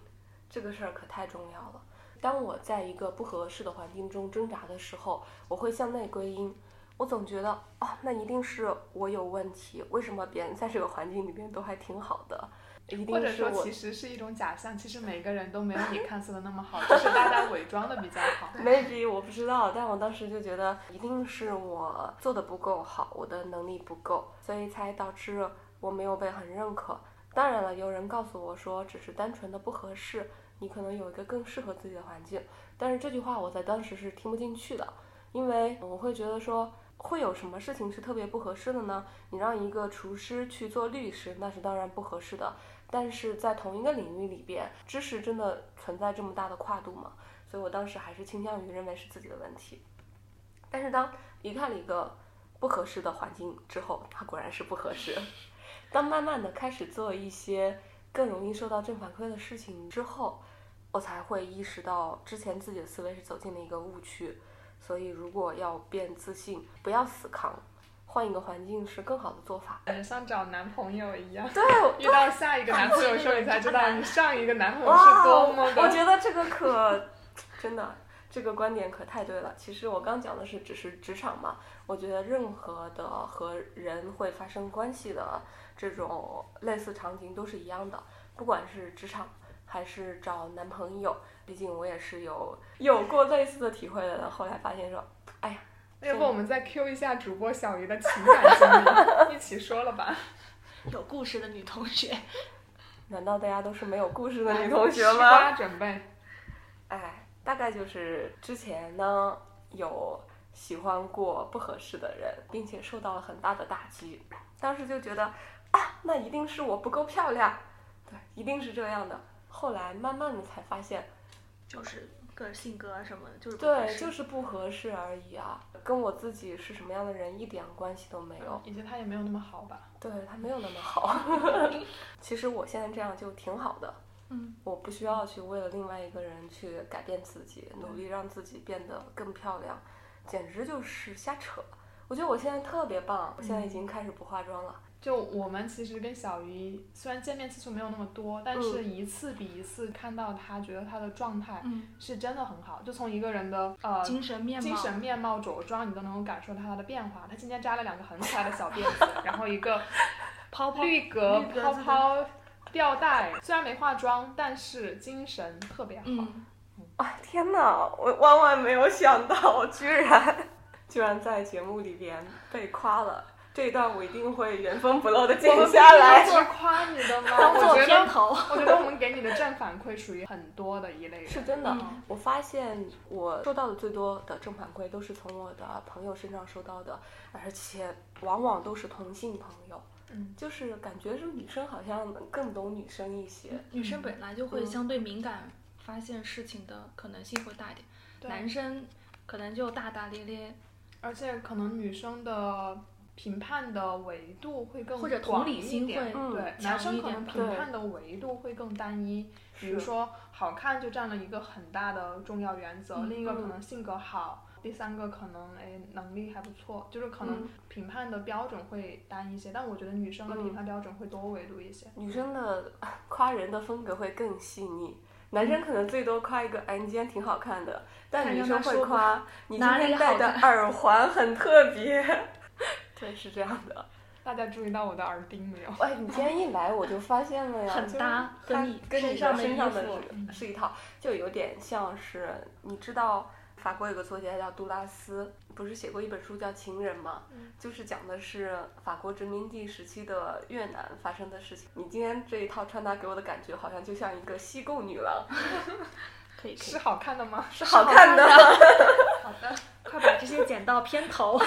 Speaker 2: 这个事儿可太重要了。当我在一个不合适的环境中挣扎的时候，我会向内归因，我总觉得啊，那一定是我有问题，为什么别人在这个环境里面都还挺好的？一
Speaker 3: 或
Speaker 2: 定
Speaker 3: 者
Speaker 2: 是
Speaker 3: 说
Speaker 2: 我
Speaker 3: 其实是一种假象，其实每个人都没有你看似的那 么好，只是大家伪装的比较好。
Speaker 2: maybe 我不知道，但我当时就觉得一定是我做的不够好，我的能力不够，所以才导致我没有被很认可。当然了，有人告诉我说，只是单纯的不合适，你可能有一个更适合自己的环境。但是这句话我在当时是听不进去的，因为我会觉得说，会有什么事情是特别不合适的呢？你让一个厨师去做律师，那是当然不合适的。但是在同一个领域里边，知识真的存在这么大的跨度吗？所以我当时还是倾向于认为是自己的问题。但是当离开了一个不合适的环境之后，它果然是不合适。当慢慢的开始做一些更容易受到正反馈的事情之后，我才会意识到之前自己的思维是走进了一个误区。所以，如果要变自信，不要死扛，换一个环境是更好的做法。
Speaker 3: 感觉像找男朋友一样，
Speaker 2: 对，
Speaker 3: 遇到下一个男朋友的时候，你才知道你上一个男朋友
Speaker 2: 哇，哦
Speaker 3: 是多么
Speaker 2: 我
Speaker 3: 的。
Speaker 2: 觉得这个可真的，这个观点可太对了。其实我刚讲的是只是职场嘛，我觉得任何的和人会发生关系的这种类似场景都是一样的，不管是职场还是找男朋友，毕竟我也是有有过类似的体会的。后来发现说，哎呀，
Speaker 3: 要不我们再 Q 一下主播小鱼的情感经历，一起说了吧？
Speaker 1: 有故事的女同学，
Speaker 2: 难道大家都是没有故事的 女同学
Speaker 3: 吃
Speaker 2: 吗？
Speaker 3: 瓜准备。
Speaker 2: 哎，大概就是之前呢有喜欢过不合适的人，并且受到了很大的打击，当时就觉得啊，那一定是我不够漂亮，对，一定是这样的。后来慢慢的才发现，
Speaker 1: 就是个性格啊什么的，就是不合
Speaker 2: 对，
Speaker 1: 适
Speaker 2: 就是不合适而已啊，跟我自己是什么样的人一点关系都没有。
Speaker 3: 以及他也没有那么好吧？
Speaker 2: 对他没有那么好。 其实我现在这样就挺好的，
Speaker 1: 嗯，
Speaker 2: 我不需要去为了另外一个人去改变自己，努力让自己变得更漂亮，简直就是瞎扯。我觉得我现在特别棒，我现在已经开始不化妆了。
Speaker 3: 就我们其实跟小鱼虽然见面次数没有那么多，但是
Speaker 2: 嗯
Speaker 3: 一次比一次看到他，觉得他的状态
Speaker 1: 嗯，
Speaker 3: 是真的很好。就从一个人的呃
Speaker 1: 精神面貌，
Speaker 3: 精神面貌、着装，你都能够感受到他的变化。他今天扎了两个很可爱的小辫子，然后一个
Speaker 1: 泡泡
Speaker 3: 绿格
Speaker 1: 绿格子的
Speaker 3: 泡泡吊带，虽然没化妆，但是精神特别好。
Speaker 1: 嗯，
Speaker 2: 哎、天哪，我万万没有想到， 我居然居然在节目里边被夸了。这一段我一定会原封不漏的
Speaker 3: 我
Speaker 2: 剪
Speaker 3: 们
Speaker 2: 下来
Speaker 3: 不。是夸你的吗？
Speaker 1: 当做
Speaker 3: 我觉
Speaker 1: 片
Speaker 3: 得，
Speaker 1: 头。
Speaker 3: 我觉得我们给你的正反馈属于很多的一类人。
Speaker 2: 是真的。
Speaker 1: 嗯
Speaker 2: 我发现我收到的最多的正反馈都是从我的朋友身上收到的，而且往往都是同性朋友，
Speaker 3: 嗯，
Speaker 2: 就是感觉是女生好像更懂女生一些。
Speaker 1: 女生本来就会
Speaker 2: 嗯
Speaker 1: 相对敏感，发现事情的可能性会大一点，
Speaker 3: 对
Speaker 1: 男生可能就大大咧咧，
Speaker 3: 而且可能女生的评判的维度会更
Speaker 1: 或者同
Speaker 3: 广
Speaker 1: 理
Speaker 3: 一
Speaker 1: 心
Speaker 3: 点
Speaker 1: 会
Speaker 2: 嗯
Speaker 3: 对，
Speaker 1: 强
Speaker 3: 男生可
Speaker 1: 一点
Speaker 3: 能
Speaker 1: 吧
Speaker 3: 评
Speaker 2: 对
Speaker 3: 判的维度会更单一，比如
Speaker 2: 是
Speaker 3: 说好看就占了一个很大的重要原则，
Speaker 1: 嗯
Speaker 3: 另一个可
Speaker 2: 嗯
Speaker 3: 能性格好，第三个可能哎能力还不错，就是可能
Speaker 2: 嗯
Speaker 3: 评判的标准会单一些，但我觉得女生的评判标准会多维度一些。
Speaker 2: 女生的 夸人的风格会更细腻。男生可能最多夸一个，哎，你今天挺好看的，但
Speaker 1: 嗯看
Speaker 2: 女
Speaker 1: 上
Speaker 2: 生
Speaker 1: 他
Speaker 2: 会
Speaker 1: 说不
Speaker 2: 夸你今
Speaker 1: 哪里
Speaker 2: 天戴
Speaker 1: 好
Speaker 2: 的
Speaker 1: 看
Speaker 2: 耳环很特别。 对，是这样的。
Speaker 3: 大家注意到我的耳钉没有？
Speaker 2: 哎，你今天一来我就发现了呀，
Speaker 1: 很
Speaker 2: 就是
Speaker 1: 搭
Speaker 2: 它
Speaker 1: 跟你
Speaker 2: 跟你
Speaker 1: 身上的
Speaker 2: 身上的
Speaker 1: 衣服嗯
Speaker 2: 是是一套，就有点像是你知道法国有个作家叫杜拉斯，不是写过一本书叫《情人》吗？
Speaker 1: 嗯
Speaker 2: 就是讲的是法国殖民地时期的越南发生的事情。你今天这一套穿搭给我的感觉，好像就像一个西贡女郎，
Speaker 1: 可以 可以
Speaker 3: 是，好看的吗？
Speaker 2: 是好看的。
Speaker 3: 好的，
Speaker 1: 快把这些剪到片头。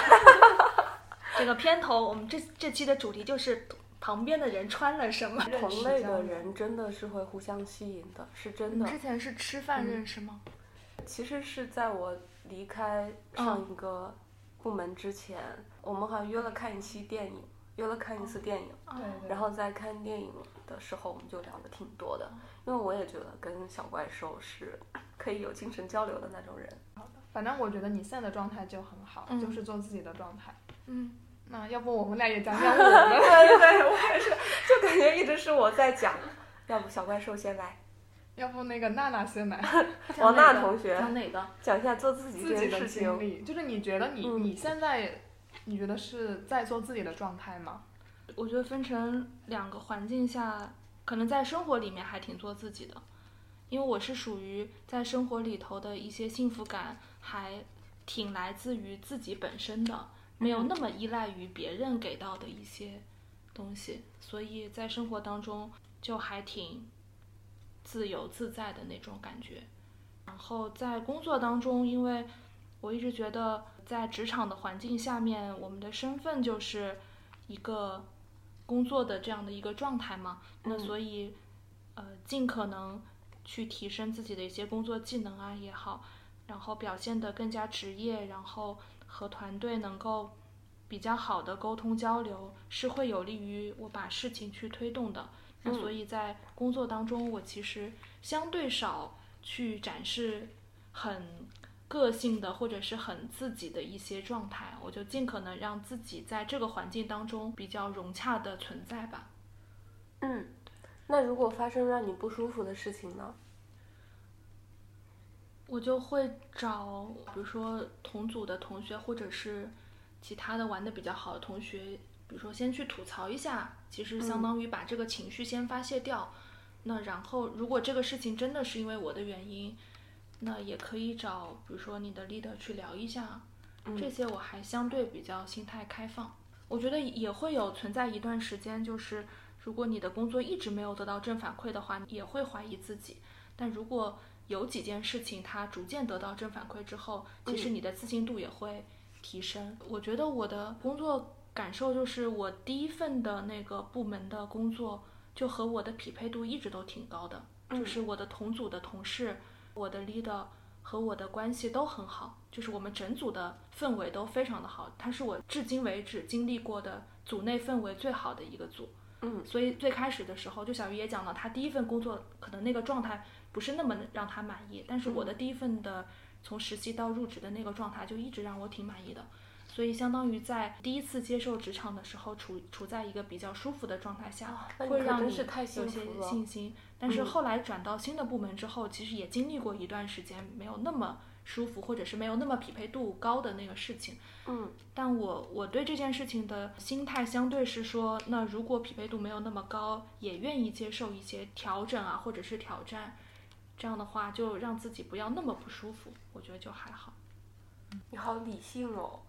Speaker 1: 这个片头，我们这这期的主题就是旁边的人穿了什么。
Speaker 3: 认识
Speaker 2: 同类
Speaker 3: 交
Speaker 2: 的
Speaker 3: 流
Speaker 2: 人真的是会互相吸引的，是真
Speaker 1: 你
Speaker 2: 的。
Speaker 1: 之前是吃饭认识吗？
Speaker 2: 其实是在我离开上一个部门之前，我们好像约了看一期电影，约了看一次电影。
Speaker 3: 对
Speaker 1: 哦
Speaker 3: 对
Speaker 2: 然后在看电影的时候，我们就聊的挺多的，因为我也觉得跟小怪兽是可以有精神交流的那种人。
Speaker 3: 反正我觉得你现在的状态就很好，
Speaker 1: 嗯
Speaker 3: 就是做自己的状态。
Speaker 1: 嗯，
Speaker 3: 那要不我们俩也讲讲我们
Speaker 2: 对对对，我也是，就感觉一直是我在讲。要不小怪兽先来
Speaker 3: 要不那个娜娜先来
Speaker 2: 王
Speaker 1: 讲哪
Speaker 2: 娜
Speaker 1: 个
Speaker 2: 哦同学
Speaker 1: 讲哪个？
Speaker 2: 讲一下做自己
Speaker 3: 自
Speaker 2: 这
Speaker 3: 己
Speaker 2: 件
Speaker 3: 的
Speaker 2: 事
Speaker 3: 经
Speaker 2: 情。
Speaker 3: 历，就是你觉得你、
Speaker 2: 嗯
Speaker 3: 你现在你觉得是在做自己的状态吗？
Speaker 1: 我觉得分成两个环境下，可能在生活里面还挺做自己的，因为我是属于在生活里头的一些幸福感还挺来自于自己本身的，没有那么依赖于别人给到的一些东西，所以在生活当中就还挺自由自在的那种感觉。然后在工作当中，因为我一直觉得在职场的环境下面，我们的身份就是一个工作的这样的一个状态嘛。那所以，呃，尽可能去提升自己的一些工作技能啊也好，然后表现得更加职业，然后和团队能够比较好的沟通交流，是会有利于我把事情去推动的。那所以在工作当中，我其实相对少去展示很个性的或者是很自己的一些状态，我就尽可能让自己在这个环境当中比较融洽的存在吧。
Speaker 2: 嗯，那如果发生让你不舒服的事情呢？
Speaker 1: 我就会找，比如说同组的同学，或者是其他的玩的比较好的同学，比如说先去吐槽一下，其实相当于把这个情绪先发泄掉。那然后，如果这个事情真的是因为我的原因，那也可以找，比如说你的 leader 去聊一下。这些我还相对比较心态开放，我觉得也会有存在一段时间，就是如果你的工作一直没有得到正反馈的话，你也会怀疑自己。但如果有几件事情它逐渐得到正反馈之后，其实你的自信度也会提升。我觉得我的工作感受就是，我第一份的那个部门的工作就和我的匹配度一直都挺高的，就是我的同组的同事，我的 leader 和我的关系都很好，就是我们整组的氛围都非常的好，它是我至今为止经历过的组内氛围最好的一个组。
Speaker 2: 嗯
Speaker 1: 所以最开始的时候，就小鱼也讲了，他第一份工作可能那个状态不是那么让他满意，但是我
Speaker 2: 嗯
Speaker 1: 的第一份的从实习到入职的那个状态就一直让我挺满意的，所以相当于在第一次接受职场的时候处处在一个比较舒服的状态下，
Speaker 2: 哦那你
Speaker 1: 会
Speaker 2: 可
Speaker 1: 让
Speaker 2: 真
Speaker 1: 你
Speaker 2: 是太
Speaker 1: 有
Speaker 2: 幸
Speaker 1: 些
Speaker 2: 福了嗯
Speaker 1: 信心。但是后来转到新的部门之后，其实也经历过一段时间没有那么舒服，或者是没有那么匹配度高的那个事情。
Speaker 2: 嗯
Speaker 1: 但我我对这件事情的心态相对是说，那如果匹配度没有那么高，也愿意接受一些调整啊，或者是挑战，这样的话就让自己不要那么不舒服，我觉得就还好。
Speaker 2: 你好理性哦。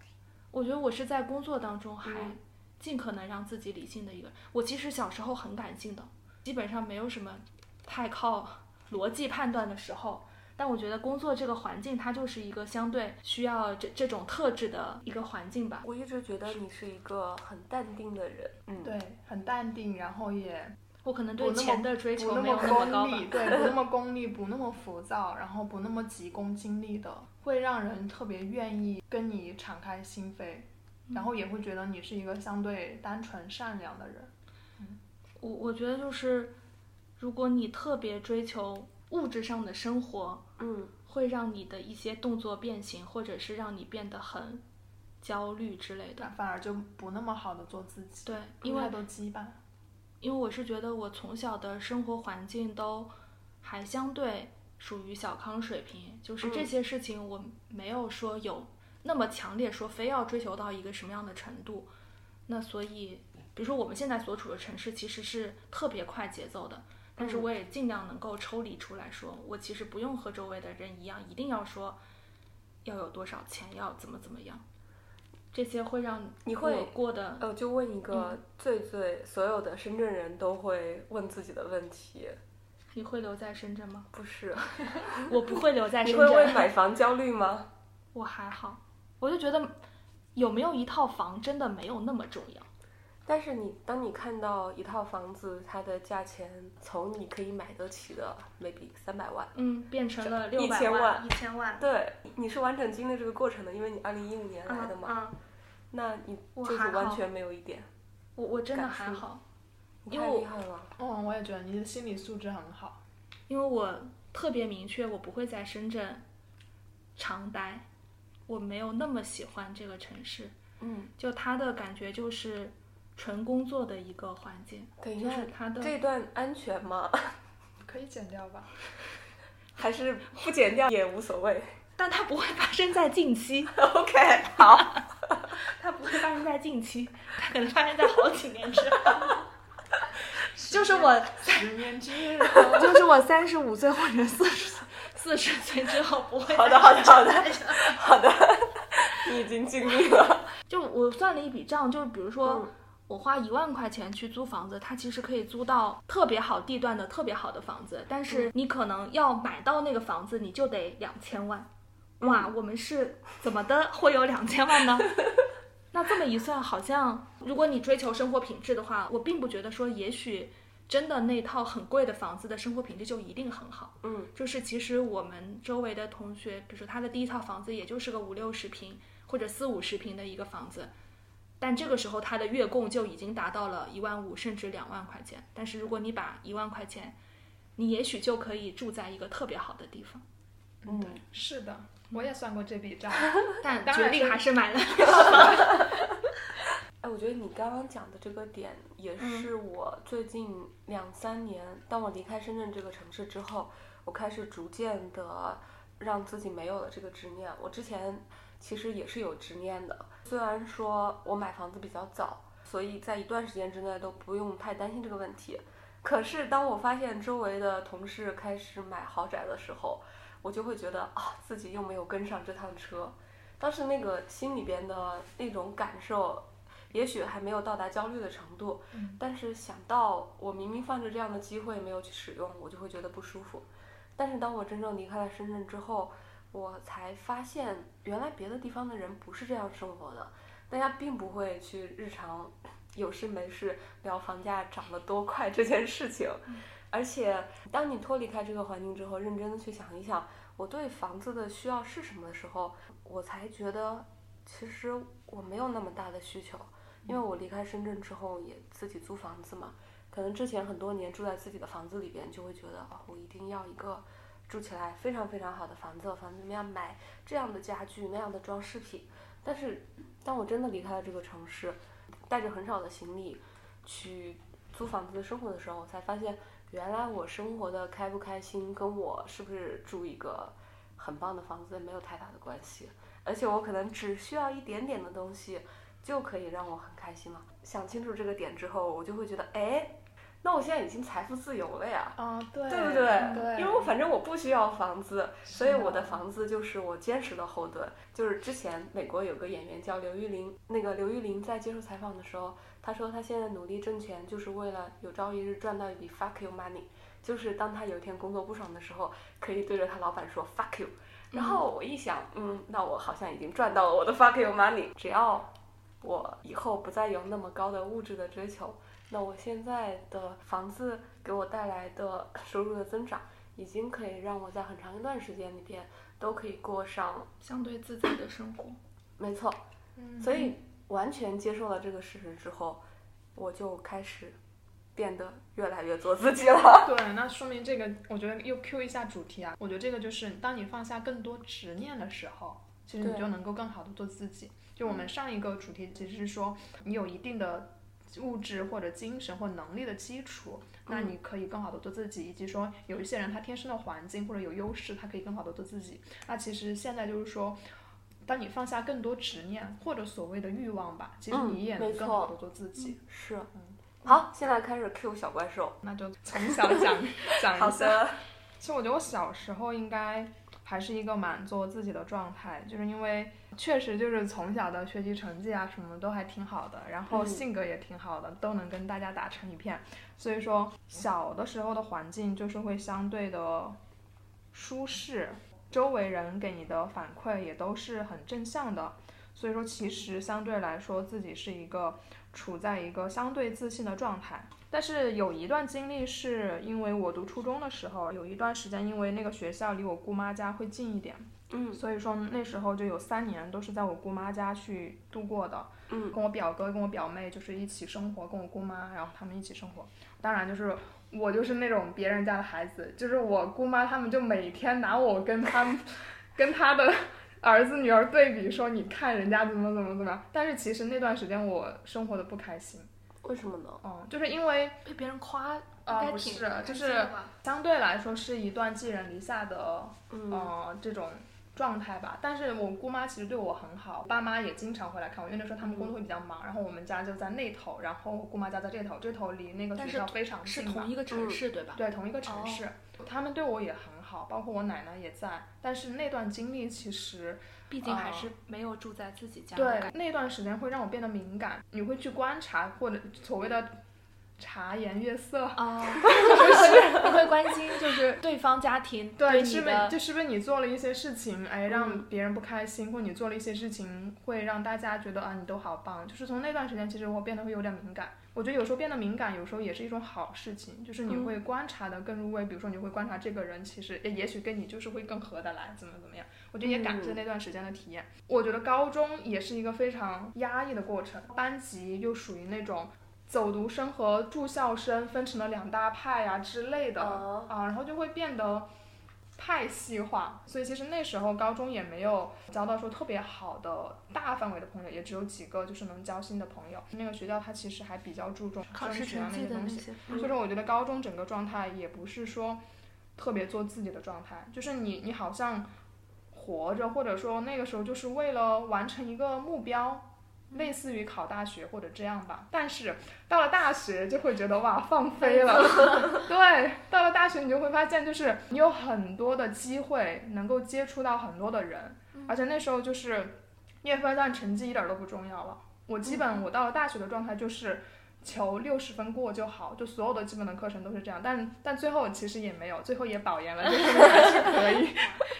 Speaker 1: 我觉得我是在工作当中还
Speaker 2: 嗯
Speaker 1: 尽可能让自己理性的一个人。我其实小时候很感性的，基本上没有什么太靠逻辑判断的时候。但我觉得工作这个环境，它就是一个相对需要这这种特质的一个环境吧。
Speaker 2: 我一直觉得你是一个很淡定的人。嗯，
Speaker 3: 对，很淡定，然后也
Speaker 1: 我可能
Speaker 3: 不
Speaker 1: 对
Speaker 3: 那么
Speaker 1: 钱的追求
Speaker 3: 不
Speaker 1: 没有
Speaker 3: 么
Speaker 1: 那么高
Speaker 3: 功
Speaker 1: 吧
Speaker 3: 利，。对，不那么功利，不那么浮躁，然后不那么急功近利的，会让人特别愿意跟你敞开心扉，然后也会觉得你是一个相对单纯善良的人。
Speaker 1: 我我觉得就是，如果你特别追求物质上的生活，
Speaker 2: 嗯
Speaker 1: 会让你的一些动作变形，或者是让你变得很焦虑之类的。
Speaker 3: 但反而就不那么好的做自己，
Speaker 1: 对，因为
Speaker 3: 太多羁绊。
Speaker 1: 因为我是觉得我从小的生活环境都还相对属于小康水平，就是这
Speaker 2: 嗯
Speaker 1: 些事情我没有说有那么强烈说非要追求到一个什么样的程度。那所以，比如说我们现在所处的城市其实是特别快节奏的，但是
Speaker 2: 嗯
Speaker 1: 我也尽量能够抽离出来说，我其实不用和周围的人一样，一定要说要有多少钱，要怎么怎么样，这些会让
Speaker 2: 你会
Speaker 1: 我过得
Speaker 2: 呃，就问一个
Speaker 1: 嗯
Speaker 2: 最最所有的深圳人都会问自己的问题，
Speaker 1: 你会留在深圳吗？
Speaker 2: 不是？
Speaker 1: 我不会留在
Speaker 2: 你
Speaker 1: 深
Speaker 2: 会
Speaker 1: 圳。
Speaker 2: 为买房焦虑吗？
Speaker 1: 我还好，我就觉得有没有一套房真的没有那么重要。
Speaker 2: 但是你当你看到一套房子，它的价钱从你可以买得起的 maybe 三百万，
Speaker 1: 嗯，变成了六百
Speaker 2: 1000
Speaker 1: 万、
Speaker 2: 万
Speaker 1: 一千万。
Speaker 2: 对，你是完整经历这个过程的，因为你二零一五年来的
Speaker 1: 嗯
Speaker 2: 嘛，
Speaker 1: 嗯，
Speaker 2: 那你
Speaker 1: 我
Speaker 2: 就是
Speaker 1: 还好
Speaker 2: 完全没有一点，
Speaker 1: 我我真的还
Speaker 2: 感触
Speaker 1: 好，
Speaker 2: 你
Speaker 1: 因
Speaker 2: 太
Speaker 1: 为
Speaker 2: 厉害了。
Speaker 3: 嗯，我也觉得你的心理素质很好。
Speaker 1: 因为我特别明确，我不会在深圳长待，我没有那么喜欢这个城市。
Speaker 2: 嗯，
Speaker 1: 就它的感觉就是纯工作的一个环境，
Speaker 2: 等一
Speaker 1: 就
Speaker 2: 下
Speaker 1: 是，它的
Speaker 2: 这段安全吗？
Speaker 3: 可以剪掉吧？
Speaker 2: 还是不剪掉也无所谓
Speaker 1: 但它不会发生在近期。
Speaker 2: ？OK，好。
Speaker 3: 它不
Speaker 1: 不会发生在近期，它可能发生在好几年之后。就是 我
Speaker 3: 十年之后，
Speaker 1: 就是我三十五岁或者四十四十岁之后不会。
Speaker 2: 好的，好的，好的，好的，你已经尽力了。
Speaker 1: 就我算了一笔账，就是比如说。
Speaker 2: 嗯
Speaker 1: 我花一万块钱去租房子，它其实可以租到特别好地段的特别好的房子，但
Speaker 2: 嗯
Speaker 1: 是你可能要买到那个房子，你就得两千万。哇，
Speaker 2: 嗯
Speaker 1: 我们是怎么的会有两千万呢？ 那这么一算，好像如果你追求生活品质的话，我并不觉得说，也许真的那套很贵的房子的生活品质就一定很好。
Speaker 2: 嗯，
Speaker 1: 就是其实我们周围的同学，比如说他的第一套房子也就是个五六十平或者四五十平的一个房子，但这个时候他的月供就已经达到了一万五甚至两万块钱。但是如果你把一万块钱，你也许就可以住在一个特别好的 地方。
Speaker 2: 嗯，
Speaker 3: 是的，我也算过这笔账。
Speaker 1: 但
Speaker 3: 当
Speaker 1: 决
Speaker 3: 然
Speaker 1: 定
Speaker 3: 是
Speaker 1: 还是买 了。
Speaker 2: 哎，我觉得你刚刚讲的这个点，也是我最近两三年，当我离开深圳这个城市之后，我开始逐渐的让自己没有了这个执念。我之前其实也是有执念的，虽然说我买房子比较早，所以在一段时间之内都不用太担心这个问题。可是当我发现周围的同事开始买豪宅的时候，我就会觉得啊，自己又没有跟上这趟车。当时那个心里边的那种感受，也许还没有到达焦虑的程度，但是想到我明明放着这样的机会没有去使用，我就会觉得不舒服。但是当我真正离开了深圳之后，我才发现原来别的地方的人不是这样生活的，大家并不会去日常有事没事聊房价涨得多快这件事情。而且，当你脱离开这个环境之后，认真的去想一想，我对房子的需要是什么的时候，我才觉得其实我没有那么大的需求，因为我离开深圳之后也自己租房子嘛，可能之前很多年住在自己的房子里边，就会觉得啊、我一定要一个住起来非常非常好的房子，房子里面要买这样的家具那样的装饰品。但是，当我真的离开了这个城市，带着很少的行李去租房子生活的时候，我才发现原来我生活的开不开心，跟我是不是住一个很棒的房子没有太大的关系。而且我可能只需要一点点的东西，就可以让我很开心了。想清楚这个点之后，我就会觉得，哎，那我现在已经财富自由了呀。
Speaker 3: 啊、 对，
Speaker 2: 对不
Speaker 3: 对？
Speaker 2: 对？因为我反正我不需要房子，所以我的房子就是我坚实的后盾。就是之前美国有个演员叫刘玉玲，那个刘玉玲在接受采访的时候，她说她现在努力挣钱，就是为了有朝一日赚到一笔 fuck you money，就是当她有一天工作不爽的时候，可以对着她老板说 fuck you。然后我一想，嗯，那我好像已经赚到了我的 fuck you money，只要我以后不再有那么高的物质的追求，那我现在的房子给我带来的收入的增长，已经可以让我在很长一段时间里边都可以过上，
Speaker 1: 相对自在的生活，
Speaker 2: 没错。
Speaker 3: 嗯
Speaker 2: 所以完全接受了这个事实之后，我就开始变得越来越做自己 了。
Speaker 3: 对，那说明这个，我觉得又 Q 一下主题啊。我觉得这个就是，当你放下更多执念的时候，其实你
Speaker 2: 对
Speaker 3: 就能够更好的做自己。就
Speaker 2: 嗯
Speaker 3: 我们上一个主题其实是说，你有一定的物质或者精神或能力的基础，
Speaker 2: 嗯
Speaker 3: 那你可以更好的做自己，以及说有一些人他天生的环境或者有优势，他可以更好的做自己。那其实现在就是说。当你放下更多执念或者所谓的欲望吧，其实
Speaker 2: 嗯
Speaker 3: 你也
Speaker 2: 没
Speaker 3: 能更
Speaker 2: 错
Speaker 3: 好的做自己。
Speaker 2: 是，好，现在开始 Q 小怪兽。
Speaker 3: 那就从小 讲讲一下。
Speaker 2: 好的，
Speaker 3: 其实我觉得我小时候应该还是一个蛮做自己的状态，就是因为确实就是从小的学习成绩啊什么都还挺好的，然
Speaker 2: 嗯
Speaker 3: 后性格也挺好的，都能跟大家打成一片。所以说小的时候的环境就是会相对的舒适，周围人给你的反馈也都是很正向的。所以说，其实相对来说，自己是一个处在一个相对自信的状态。但是有一段经历，是因为我读初中的时候，有一段时间，因为那个学校离我姑妈家会近一点，
Speaker 2: 嗯
Speaker 3: 所以说那时候就有三年都是在我姑妈家去度过的。
Speaker 2: 嗯
Speaker 3: 跟我表哥、跟我表妹就是一起生活，跟我姑妈，然后他们一起生活。当然就是我就是那种别人家的孩子，就是我姑妈他们就每天拿我跟他们跟他的儿子女儿对比，说你看人家怎么怎么怎么样。但是其实那段时间我生活的不开心，
Speaker 2: 为什么呢？
Speaker 3: 嗯，就是因为
Speaker 1: 被别人夸应
Speaker 3: 啊、
Speaker 1: 该
Speaker 3: 不
Speaker 1: 挺
Speaker 3: 是，
Speaker 1: 开
Speaker 3: 就
Speaker 1: 心
Speaker 3: 是
Speaker 1: 的吧
Speaker 3: 相对来说是一段寄人篱下的
Speaker 2: 嗯
Speaker 3: 呃，这种状态吧。但是我姑妈其实对我很好，爸妈也经常会来看我，因为那时候他们工作会比较忙，然后我们家就在那头，然后我姑妈家在这头，这头离那个
Speaker 1: 但
Speaker 3: 学
Speaker 1: 是
Speaker 3: 校非常
Speaker 1: 是
Speaker 3: 近嘛
Speaker 1: 同，一个城市、对吧？
Speaker 3: 嗯对，同一个城
Speaker 1: 哦
Speaker 3: 市，他们对我也很好，包括我奶奶也在。但是那段经历其实
Speaker 1: 毕竟还
Speaker 3: 哦
Speaker 1: 是没有住在自己家的
Speaker 3: 对
Speaker 1: 感，
Speaker 3: 那段时间会让我变得敏感，你会去观察或者所谓的察言悦色。
Speaker 1: 啊，就是你会关心，就是对方家庭你
Speaker 3: 是不是
Speaker 1: 的
Speaker 3: 就是不是你做了一些事情，哎，
Speaker 1: 嗯
Speaker 3: 让别人不开心，或者你做了一些事情会让大家觉得啊，你都好棒。就是从那段时间，其实我变得会有点敏感。我觉得有时候变得敏感，有时候也是一种好事情，就是你
Speaker 1: 嗯
Speaker 3: 会观察的更入微。比如说，你会观察这个人，其实也也许跟你就是会更合得来，怎么怎么样。我觉得也感
Speaker 1: 嗯
Speaker 3: 谢那段时间的体验。我觉得高中也是一个非常压抑的过程，班级又属于那种。走读生和住校生分成了两大派呀、之类的、
Speaker 1: 嗯
Speaker 2: 哦
Speaker 3: 啊，然后就会变得派系化，所以其实那时候高中也没有交到说特别好的大范围的朋友，也只有几个就是能交心的朋友。那个学校它其实还比较注重
Speaker 1: 考
Speaker 3: 升
Speaker 1: 试
Speaker 3: 学啊
Speaker 1: 成
Speaker 3: 那
Speaker 1: 绩
Speaker 3: 些
Speaker 1: 的
Speaker 3: 东
Speaker 1: 那
Speaker 3: 西，
Speaker 1: 些，
Speaker 3: 所以说我觉得高中整个状态也不是说特别做自己的状态，就是你你好像活着，或者说那个时候就是为了完成一个目标。类似于考大学或者这样吧，但是到了大学就会觉得哇放飞了， 对，到了大学你就会发现，就是你有很多的机会能够接触到很多的人，
Speaker 1: 嗯
Speaker 3: 而且那时候就是夜分段成绩一点儿都不重要了。我
Speaker 1: 嗯
Speaker 3: 基本我到了大学的状态就是求六十分过就好，就所有的基本的课程都是这样。但但最后其实也没有，最后也保研了，就是 还是可 以。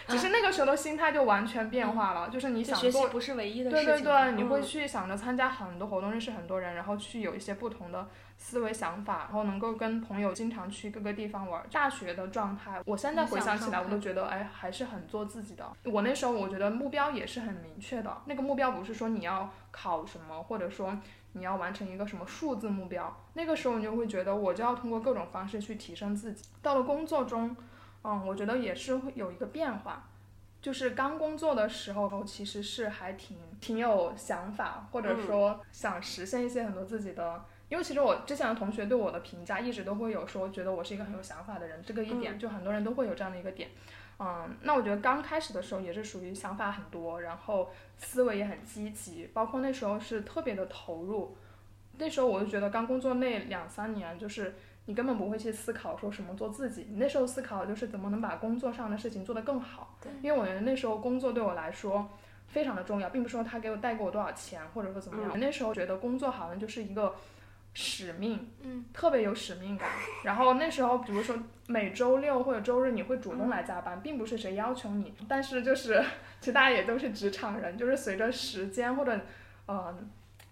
Speaker 3: 只是那个时候的心态就完全变化了，就是你
Speaker 1: 就
Speaker 3: 想
Speaker 1: 学习
Speaker 3: 做
Speaker 1: 不是唯一的事
Speaker 3: 对
Speaker 1: 情
Speaker 3: 对
Speaker 1: 了。
Speaker 3: 对，你
Speaker 1: 嗯
Speaker 3: 会去想着参加很多活动，认识很多人，然后去有一些不同的思维想法，然后能够跟朋友经常去各个地方玩。大学的状态，我现在
Speaker 1: 理
Speaker 3: 回
Speaker 1: 想
Speaker 3: 想起来，我
Speaker 1: 状态
Speaker 3: 都觉得哎，还是很做自己的。我那时候我觉得目标也是很明确的，那个目标不是说你要考什么，或者说。你要完成一个什么数字目标，那个时候你就会觉得我就要通过各种方式去提升自己。到了工作中，嗯，我觉得也是会有一个变化，就是刚工作的时候，其实是还挺挺有想法，或者说想实现一些很多自己的。因为其实我之前的同学对我的评价一直都会有说，觉得我是一个很有想法的人，这个一点、就很多人都会有这样的一个点。嗯，那我觉得刚开始的时候也是属于想法很多，然后思维也很积极，包括那时候是特别的投入。那时候我就觉得刚工作那两三年，就是你根本不会去思考说什么做自己，你那时候思考就是怎么能把工作上的事情做得更好。因为我觉得那时候工作对我来说非常的重要，并不是说他给我带给我多少钱，或者说怎么样。那时候觉得工作好像就是一个使命，
Speaker 1: 嗯，
Speaker 3: 特别有使命感。然后那时候，比如说每周六或者周日，你会主动来加班，并不是谁要求你，但是就是其实大家也都是职场人，就是随着时间或者嗯、呃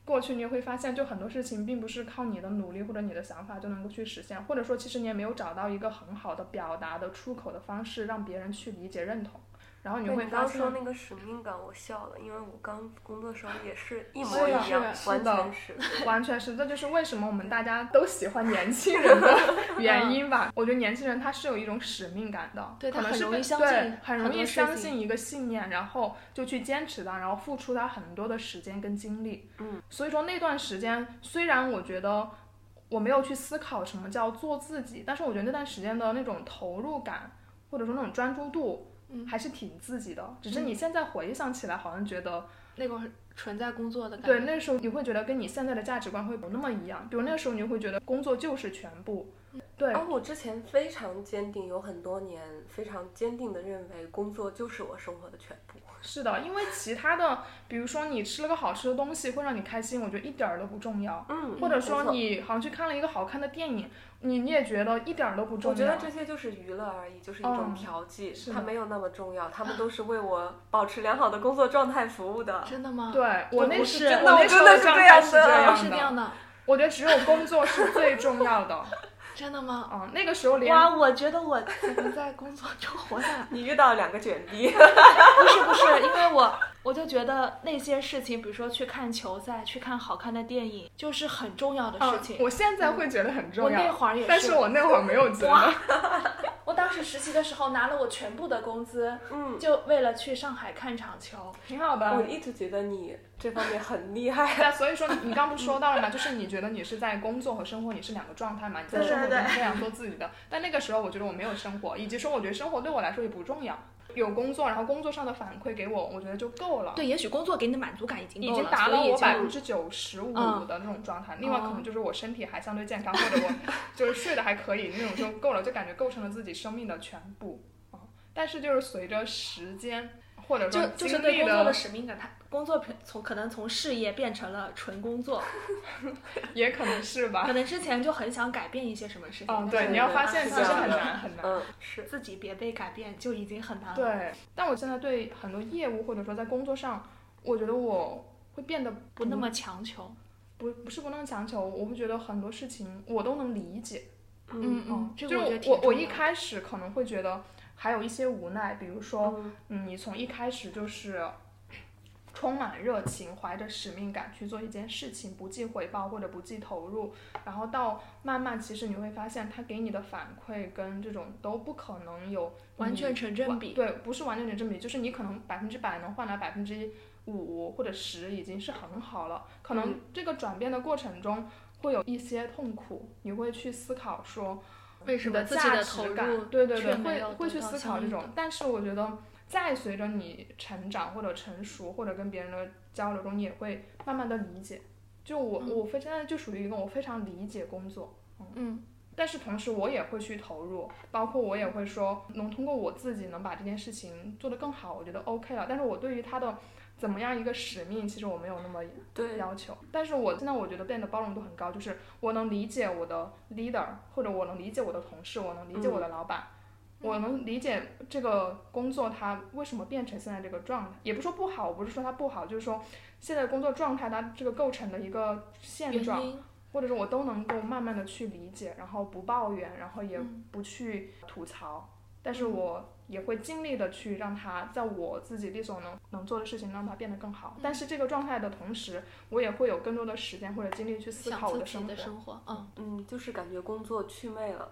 Speaker 3: 过去，你会发现，就很多事情并不是靠你的努力或者你的想法就能够去实现，或者说其实你也没有找到一个很好的表达的出口的方式，让别人去理解认同。然后你
Speaker 2: 对
Speaker 3: 会
Speaker 2: 你
Speaker 3: 发
Speaker 2: 刚
Speaker 3: 现，
Speaker 2: 说那个使命感，我笑了，因为我刚工作的时候也是一模
Speaker 3: 是
Speaker 2: 一
Speaker 3: 的
Speaker 2: 样，
Speaker 1: 是
Speaker 2: 完
Speaker 3: 的
Speaker 2: 全是。
Speaker 3: 完全是，这就是为什么我们大家都喜欢年轻人的 原因吧。我觉得年轻人他是有一种使命感的，
Speaker 1: 嗯对
Speaker 3: 可
Speaker 1: 他
Speaker 3: 能
Speaker 1: 很
Speaker 3: 是
Speaker 1: 容
Speaker 3: 被
Speaker 1: 易相
Speaker 3: 对
Speaker 1: 信
Speaker 3: 很
Speaker 1: 很
Speaker 3: 容
Speaker 1: 多
Speaker 3: 易
Speaker 1: 事
Speaker 3: 相
Speaker 1: 情
Speaker 3: 信一个信念，然后就去坚持它，然后付出他很多的时间跟精力。
Speaker 2: 嗯，
Speaker 3: 所以说那段时间，虽然我觉得我没有去思考什么叫做自己，但是我觉得那段时间的那种投入感，或者说那种专注度，
Speaker 1: 嗯
Speaker 3: 还是挺自己的。只是你现在回想起来，好像觉得。
Speaker 1: 那种纯在工作的感
Speaker 3: 对，
Speaker 1: 觉，
Speaker 3: 那时候你会觉得跟你现在的价值观会不那么一样，比如那时候你会觉得工作就是全部，对，
Speaker 2: 而我之前非常坚定，有很多年非常坚定的认为工作就是我生活的全部。
Speaker 3: 是的，因为其他的，比如说你吃了个好吃的东西会让你开心，我觉得一点儿都不重要，
Speaker 2: 嗯
Speaker 3: 或者
Speaker 2: 没
Speaker 3: 说
Speaker 2: 错
Speaker 3: 你好像去看了一个好看的电影，你你也觉得一点儿都不重要，
Speaker 2: 我觉得这些就是娱乐而已，就是一种
Speaker 3: 嗯
Speaker 2: 调剂，
Speaker 3: 是
Speaker 2: 它
Speaker 3: 的
Speaker 2: 没有那么重要，他们都是为我保持良好的工作状态服务的。
Speaker 1: 真的吗？
Speaker 3: 对啊我
Speaker 1: 我
Speaker 3: 那
Speaker 1: 不
Speaker 3: 时
Speaker 1: 是
Speaker 2: 我
Speaker 3: 真的那
Speaker 2: 真
Speaker 3: 时候
Speaker 2: 的是
Speaker 3: 状
Speaker 2: 这
Speaker 3: 态
Speaker 2: 样
Speaker 3: 是
Speaker 2: 的
Speaker 1: 哦，
Speaker 3: 样
Speaker 1: 是这样的，
Speaker 3: 我觉得只有工作是最重要的，
Speaker 1: 真的吗？
Speaker 3: 嗯，那个时候 连
Speaker 1: 哇，我觉得我 怎么在工作中活下来？
Speaker 2: 你遇到两个 卷逼，
Speaker 1: 不是不是，因为我我就觉得那些事情，比如说去看球赛、去看好看的电影，就是很重要的
Speaker 3: 嗯
Speaker 1: 事情。
Speaker 3: 我现在会觉得很重
Speaker 1: 我那
Speaker 3: 要，
Speaker 1: 会儿也
Speaker 3: 但是我那会儿没有觉得
Speaker 1: 哇。我当时实习的时候拿了我全部的工资，
Speaker 2: 嗯，
Speaker 1: 就为了去上海看场球。
Speaker 3: 挺好的，
Speaker 2: 我一直觉得你这方面很厉害。
Speaker 3: 对啊，所以说你你刚不是说到了吗？就是你觉得你是在工作和生活你是两个状态嘛？你在
Speaker 2: 对
Speaker 3: 生活
Speaker 2: 对
Speaker 3: 中
Speaker 2: 对
Speaker 3: 非常做自己的，但那个时候我觉得我没有生活，以及说我觉得生活对我来说也不重要。有工作，然后工作上的反馈给我，我觉得就够了。
Speaker 1: 对，也许工作给你的满足感已经
Speaker 3: 已
Speaker 1: 够
Speaker 3: 经
Speaker 1: 了，
Speaker 3: 达到
Speaker 1: 所以
Speaker 3: 我
Speaker 1: 就
Speaker 3: 百分之九十五
Speaker 1: 嗯
Speaker 3: 的那种状态，另外可
Speaker 1: 哦
Speaker 3: 能就是我身体还相对健康，或者 我就是睡得还可以，那种就够了，就感觉构成了自己生命的全部。嗯，但是就是随着时间或者说
Speaker 1: 就就是
Speaker 3: 经
Speaker 1: 对
Speaker 3: 历
Speaker 1: 工作
Speaker 3: 的
Speaker 1: 的，使命感，他工作从可能从事业变成了纯工作，
Speaker 3: 也可能是吧。
Speaker 1: 可能之前就很想改变一些什么事情，
Speaker 3: 嗯，
Speaker 1: 但
Speaker 3: 对，
Speaker 1: 是啊
Speaker 3: 你要发现
Speaker 1: 是
Speaker 3: 其
Speaker 1: 的
Speaker 3: 实
Speaker 2: 是
Speaker 3: 很
Speaker 2: 的
Speaker 3: 难很难。
Speaker 2: 嗯，是，
Speaker 1: 自己别被改变就已经很难了。，
Speaker 3: 对，但我现在对很多业务或者说在工作上，我觉得我会变得
Speaker 1: 不那么
Speaker 3: 嗯
Speaker 1: 强求。
Speaker 3: 不不是不能强求，我会觉得很多事情我都能理解。
Speaker 1: 嗯
Speaker 3: 嗯，
Speaker 1: 这
Speaker 3: 就
Speaker 1: 个
Speaker 3: 是
Speaker 1: 我觉得挺
Speaker 3: 我我
Speaker 1: 重
Speaker 3: 一
Speaker 1: 要的
Speaker 3: 开始可能会觉得还有一些无奈，比如说，
Speaker 2: 嗯
Speaker 3: 嗯，你从一开始就是充满热情，怀着使命感去做一件事情，不计回报或者不计投入，然后到慢慢，其实你会发现他给你的反馈跟这种都不可能有
Speaker 1: 完
Speaker 3: 你
Speaker 1: 全成正
Speaker 3: 完
Speaker 1: 比。
Speaker 3: 对，不是完全成正比，就是你可能百分之百能换来百分之五或者十，已经是很好了。可能
Speaker 2: 嗯
Speaker 3: 这个转变的过程中会有一些痛苦，你会去思考说
Speaker 1: 为什
Speaker 3: 你
Speaker 1: 么
Speaker 3: 的
Speaker 1: 自己的
Speaker 3: 价
Speaker 1: 投
Speaker 3: 值感，
Speaker 1: 入
Speaker 3: 对对
Speaker 1: 却
Speaker 3: 对，
Speaker 1: 没
Speaker 3: 会
Speaker 1: 有
Speaker 3: 会
Speaker 1: 得
Speaker 3: 去
Speaker 1: 到
Speaker 3: 思
Speaker 1: 相
Speaker 3: 考这
Speaker 1: 应
Speaker 3: 种
Speaker 1: 的。
Speaker 3: 但是我觉得，再随着你成长或者成熟，或者跟别人的交流中，你也会慢慢的理解。就我、
Speaker 1: 嗯
Speaker 3: 我非现在就属于一个我非常理解工作，
Speaker 1: 嗯，
Speaker 3: 但是同时我也会去投入，包括我也会说，能通过我自己能把这件事情做得更好，我觉得 OK 了。但是我对于他的怎么样一个使命，其实我没有那么
Speaker 2: 对，
Speaker 3: 要求。但是我现在我觉得变得包容度很高，就是我能理解我的 leader，或者我能理解我的同事，我能理解我的老板。我能理解这个工作它为什么变成现在这个状态，也不是说不好，我不是说它不好，就是说现在工作状态它这个构成的一个现
Speaker 1: 原
Speaker 3: 状，
Speaker 1: 因
Speaker 3: 或者是我都能够慢慢的去理解，然后不抱怨，然后也
Speaker 1: 嗯
Speaker 3: 不去吐槽，但
Speaker 2: 嗯
Speaker 3: 是我也会尽力的去让它在我自己力所能能做的事情让它变得
Speaker 2: 嗯
Speaker 3: 更好。但是这个状态的同时，我也会有更多的时间或者精力去思
Speaker 1: 想
Speaker 3: 考我
Speaker 1: 自
Speaker 3: 的
Speaker 1: 己
Speaker 3: 生活
Speaker 1: 的。生活。嗯，
Speaker 2: 嗯，就是感觉工作祛魅了。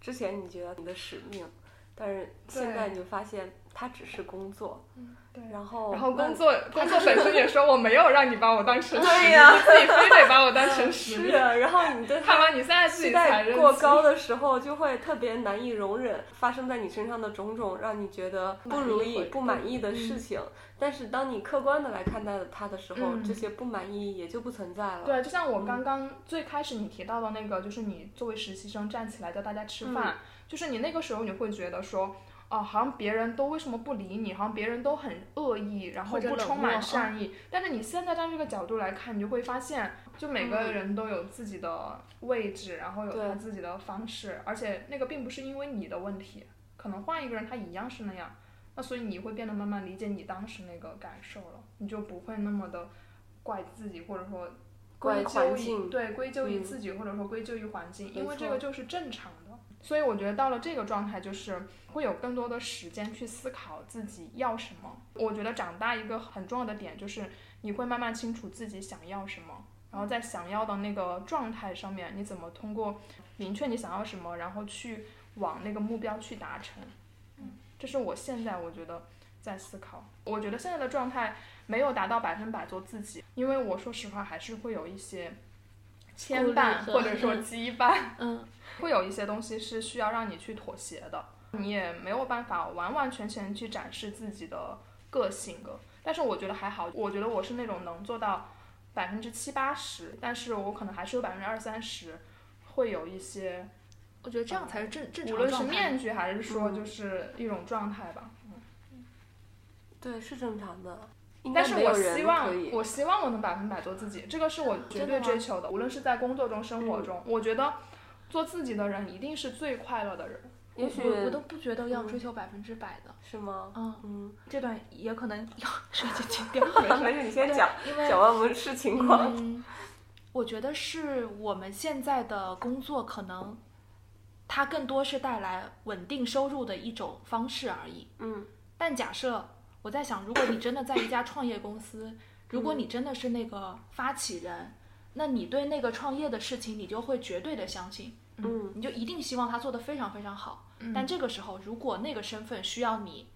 Speaker 2: 之前你觉得你的使命，但是
Speaker 3: 对
Speaker 2: 现在你就发现它只是工作，
Speaker 3: 对。啊
Speaker 2: 然后
Speaker 3: 然后
Speaker 2: 哦那
Speaker 3: 工 作工作本身也说我没有让你把我当成
Speaker 2: 对呀
Speaker 3: 你自己非得把我当成实
Speaker 2: 是
Speaker 3: 力。
Speaker 2: 啊，然后你对
Speaker 3: 看
Speaker 2: 它
Speaker 3: 完你现在自
Speaker 2: 期
Speaker 3: 己才
Speaker 2: 待
Speaker 3: 认
Speaker 2: 过
Speaker 3: 清
Speaker 2: 高的时候，就会特别难以容忍发生在你身上的种种让你觉得不如
Speaker 1: 满意
Speaker 2: 意、
Speaker 1: 或
Speaker 2: 不满意的事情。但是当你客观的来看待它的时候，
Speaker 3: 嗯
Speaker 2: 这些不满意也就不存在了。
Speaker 3: 对，就像
Speaker 1: 嗯
Speaker 3: 我刚刚最开始你提到的那个，就是你作为实习生站起来叫大家吃
Speaker 1: 嗯
Speaker 3: 饭，就是你那个时候你会觉得说，哦、好像别人都为什么不理你，好像别人都很恶意，然后
Speaker 1: 或者
Speaker 3: 不
Speaker 1: 冷
Speaker 3: 充
Speaker 1: 漠嗯
Speaker 3: 满善意。但是你现在站这个角度来看，你就会发现，就每个
Speaker 2: 嗯
Speaker 3: 人都有自己的位置，然后有
Speaker 2: 对
Speaker 3: 他自己的方式，而且那个并不是因为你的问题，可能换一个人他一样是那样。那所以你会变得慢慢理解你当时那个感受了，你就不会那么的怪自己，或者说
Speaker 2: 怪
Speaker 3: 归
Speaker 2: 环
Speaker 3: 咎于
Speaker 2: 境
Speaker 3: 对归咎于
Speaker 2: 嗯
Speaker 3: 自己、或者说归咎于环境，
Speaker 2: 没
Speaker 3: 因为这
Speaker 2: 错
Speaker 3: 个就是正常的。所以我觉得到了这个状态，就是会有更多的时间去思考自己要什么。我觉得长大一个很重要的点就是你会慢慢清楚自己想要什么，然后在想要的那个状态上面，你怎么通过明确你想要什么，然后去往那个目标去达成。嗯，这是我现在我觉得在思考。我觉得现在的状态没有达到百分百做自己，因为我说实话还是会有一些牵
Speaker 1: 顾虑
Speaker 3: 绊
Speaker 1: 和
Speaker 3: 或者说
Speaker 1: 嗯
Speaker 3: 羁绊。
Speaker 1: 嗯，
Speaker 3: 会有一些东西是需要让你去妥协的，你也没有办法完完全全去展示自己的个性的。但是我觉得还好，我觉得我是那种能做到百分之七八十，但是我可能还是有百分之二三十会有一些，
Speaker 1: 我觉得这样才是正正
Speaker 3: 无
Speaker 1: 常
Speaker 3: 论是
Speaker 1: 状态。
Speaker 3: 面具还是说
Speaker 2: 嗯
Speaker 3: 就是一种状态吧。
Speaker 2: 对是正常的。应
Speaker 3: 但
Speaker 2: 该
Speaker 3: 是
Speaker 2: 没有
Speaker 3: 我
Speaker 2: 人
Speaker 3: 希望
Speaker 2: 可以，
Speaker 3: 我希望我能百分百做自己，这个是我绝
Speaker 1: 真
Speaker 3: 对
Speaker 1: 的吗
Speaker 3: 追求的。无论是在工作中、
Speaker 2: 嗯
Speaker 3: 生活中，我觉得做自己的人一定是最快乐的人。
Speaker 2: 也许
Speaker 1: 我我都不觉得要
Speaker 2: 嗯
Speaker 1: 追求百分之百的。
Speaker 2: 是吗？
Speaker 1: 嗯，
Speaker 2: 嗯，
Speaker 1: 这段也可能要 涉 及剪掉。
Speaker 2: 没事，你先讲，
Speaker 1: 因为
Speaker 2: 讲完我们是情况。
Speaker 1: 嗯，我觉得是我们现在的工作可能，它更多是带来稳定收入的一种方式而已。
Speaker 2: 嗯
Speaker 1: 但假设我在想，如果你真的在一家创业公司，如果你真的是那个发起人，那你对那个创业的事情，你就会绝对的相信，
Speaker 2: 嗯
Speaker 1: 你就一定希望他做得非常非常好。但这个时候，如果那个身份需要你，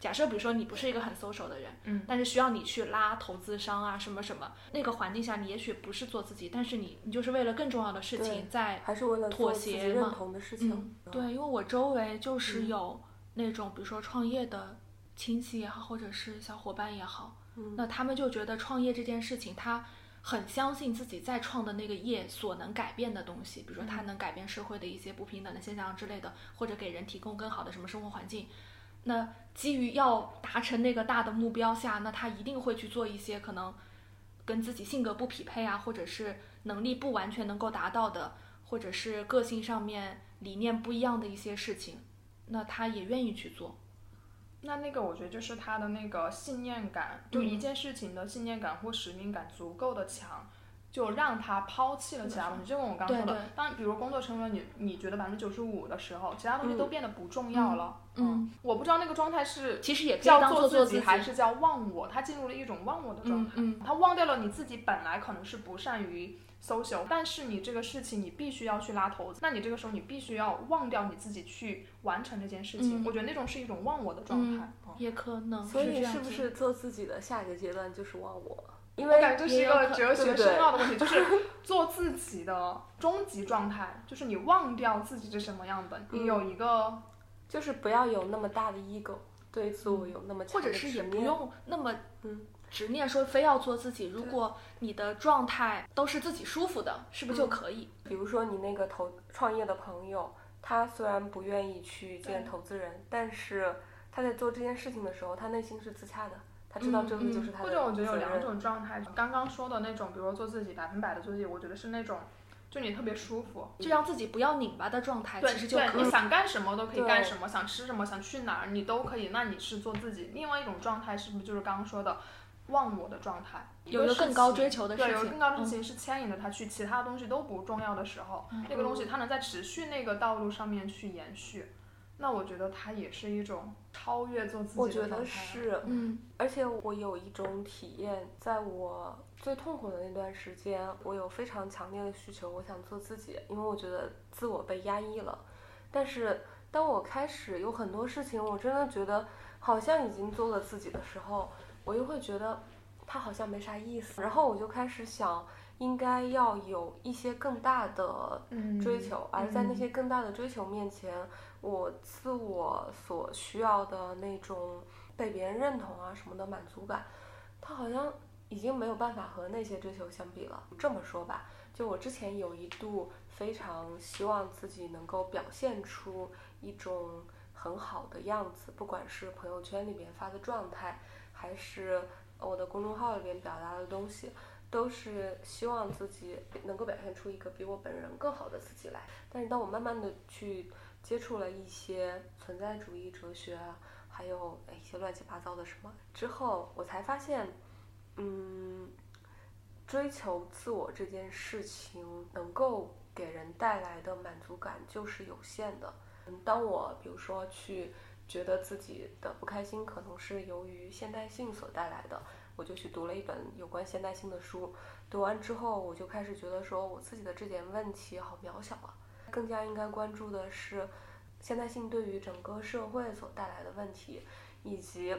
Speaker 1: 假设比如说你不是一个很 social 的人，
Speaker 3: 嗯
Speaker 1: 但是需要你去拉投资商啊什么什么，那个环境下你也许不是做自己，但是你你就是为了更重要的事
Speaker 2: 对
Speaker 1: 情在
Speaker 2: 还是为了
Speaker 1: 妥
Speaker 2: 做自己
Speaker 1: 协
Speaker 2: 认
Speaker 1: 嘛
Speaker 2: 同的事情
Speaker 1: 嗯。，对，因为我周围就是有那种，比如说创业的亲戚也好，或者是小伙伴也好，
Speaker 2: 嗯
Speaker 1: 那他们就觉得创业这件事情，他很相信自己在创的那个业所能改变的东西，比如说他能改变社会的一些不平等的现象之类的，或者给人提供更好的什么生活环境。那基于要达成那个大的目标下，那他一定会去做一些可能跟自己性格不匹配啊，或者是能力不完全能够达到的，或者是个性上面理念不一样的一些事情，那他也愿意去做。
Speaker 3: 那那个我觉得就是他的那个信念感，就
Speaker 1: 嗯
Speaker 3: 一件事情的信念感或使命感足够的强，就让他抛弃了其他东西。就跟我刚刚说
Speaker 1: 对
Speaker 3: 的
Speaker 1: 对，
Speaker 3: 当比如工作成为了你你觉得百分之九十五的时候，其他东西都变得不重要了。
Speaker 1: 嗯
Speaker 3: 我不知道那个状态是
Speaker 1: 其实也可以
Speaker 3: 叫
Speaker 1: 当
Speaker 3: 做
Speaker 1: 做
Speaker 3: 自
Speaker 1: 做
Speaker 3: 己，
Speaker 1: 己，
Speaker 3: 还是叫忘我。他进入了一种忘我的状态，
Speaker 1: 嗯
Speaker 3: 他忘掉了你自己本来可能是不善于 social，但是你这个事情你必须要去拉头子，那你这个时候你必须要忘掉你自己去完成这件事情。
Speaker 1: 嗯
Speaker 3: 我觉得那种是一种忘我的状态。嗯
Speaker 1: 也可能
Speaker 2: 所
Speaker 1: 啊这
Speaker 2: 以
Speaker 1: 样
Speaker 2: 是不
Speaker 1: 子
Speaker 2: 是做自己的下一个阶段就是忘我？因
Speaker 3: 我
Speaker 2: 为
Speaker 3: 感觉这是一
Speaker 1: 也有
Speaker 3: 个
Speaker 1: 可
Speaker 3: 哲
Speaker 2: 对
Speaker 3: 学
Speaker 2: 不对
Speaker 3: 深奥的问题，就是做自己的终极状态，就是你忘掉自己是什么样的，
Speaker 2: 嗯
Speaker 3: 你有一个
Speaker 2: 就是不要有那么大的 ego，对自我有那么强
Speaker 1: 嗯或
Speaker 2: 的
Speaker 1: 者是也
Speaker 2: 执
Speaker 1: 不
Speaker 2: 念
Speaker 1: 用那么
Speaker 2: 嗯
Speaker 1: 执念说非要做自己。如果你的状态都是自己舒服的，是不是就
Speaker 2: 嗯
Speaker 1: 可以？
Speaker 2: 比如说你那个投创业的朋友，他虽然不愿意去见
Speaker 3: 对
Speaker 2: 投资人，但是他在做这件事情的时候，他内心是自洽的，他知道这个
Speaker 1: 嗯
Speaker 2: 就是他
Speaker 3: 或
Speaker 2: 的责任。
Speaker 3: 者我觉得有两种状态，刚刚说的那种，比如说做自己百分百的做自己，我觉得是那种就你特别舒服，
Speaker 1: 就让自己不要拧巴的状态，
Speaker 3: 对，
Speaker 1: 其实就
Speaker 3: 对
Speaker 1: 可
Speaker 3: 你
Speaker 1: 以。
Speaker 3: 想干什么都可以干
Speaker 2: 对
Speaker 3: 什么，想吃什么想去哪儿你都可以，那你是做自己。另外一种状态是不是就是刚刚说的忘我的状态？
Speaker 1: 有
Speaker 3: 一
Speaker 1: 一个
Speaker 3: 个
Speaker 1: 更
Speaker 3: 事
Speaker 1: 高
Speaker 3: 情
Speaker 1: 追求的
Speaker 3: 对，
Speaker 1: 事
Speaker 3: 有
Speaker 1: 情
Speaker 2: 嗯
Speaker 3: 更高的事情是牵引着他去，其他东西都不重要的时候，
Speaker 2: 嗯
Speaker 3: 那个东西它能在持续那个道路上面去延续，那我觉得它也是一种超越做自己的
Speaker 2: 我觉
Speaker 3: 状态
Speaker 2: 得
Speaker 3: 了
Speaker 2: 是，
Speaker 1: 嗯
Speaker 2: 而且我有一种体验，在我最痛苦的那段时间，我有非常强烈的需求，我想做自己，因为我觉得自我被压抑了。但是当我开始有很多事情，我真的觉得好像已经做了自己的时候，我又会觉得它好像没啥意思，然后我就开始想，应该要有一些更大的
Speaker 3: 嗯
Speaker 2: 追求，而在那些更大的追求面前，我自我所需要的那种被别人认同啊什么的满足感，它好像已经没有办法和那些追求相比了。这么说吧，就我之前有一度非常希望自己能够表现出一种很好的样子，不管是朋友圈里面发的状态，还是我的公众号里面表达的东西，都是希望自己能够表现出一个比我本人更好的自己来。但是当我慢慢的去接触了一些存在主义哲学啊，还有哎一些乱七八糟的什么之后，我才发现，嗯，追求自我这件事情能够给人带来的满足感就是有限的。嗯，当我比如说去觉得自己的不开心可能是由于现代性所带来的，我就去读了一本有关现代性的书。读完之后，我就开始觉得说我自己的这点问题好渺小啊，更加应该关注的是现代性对于整个社会所带来的问题，以及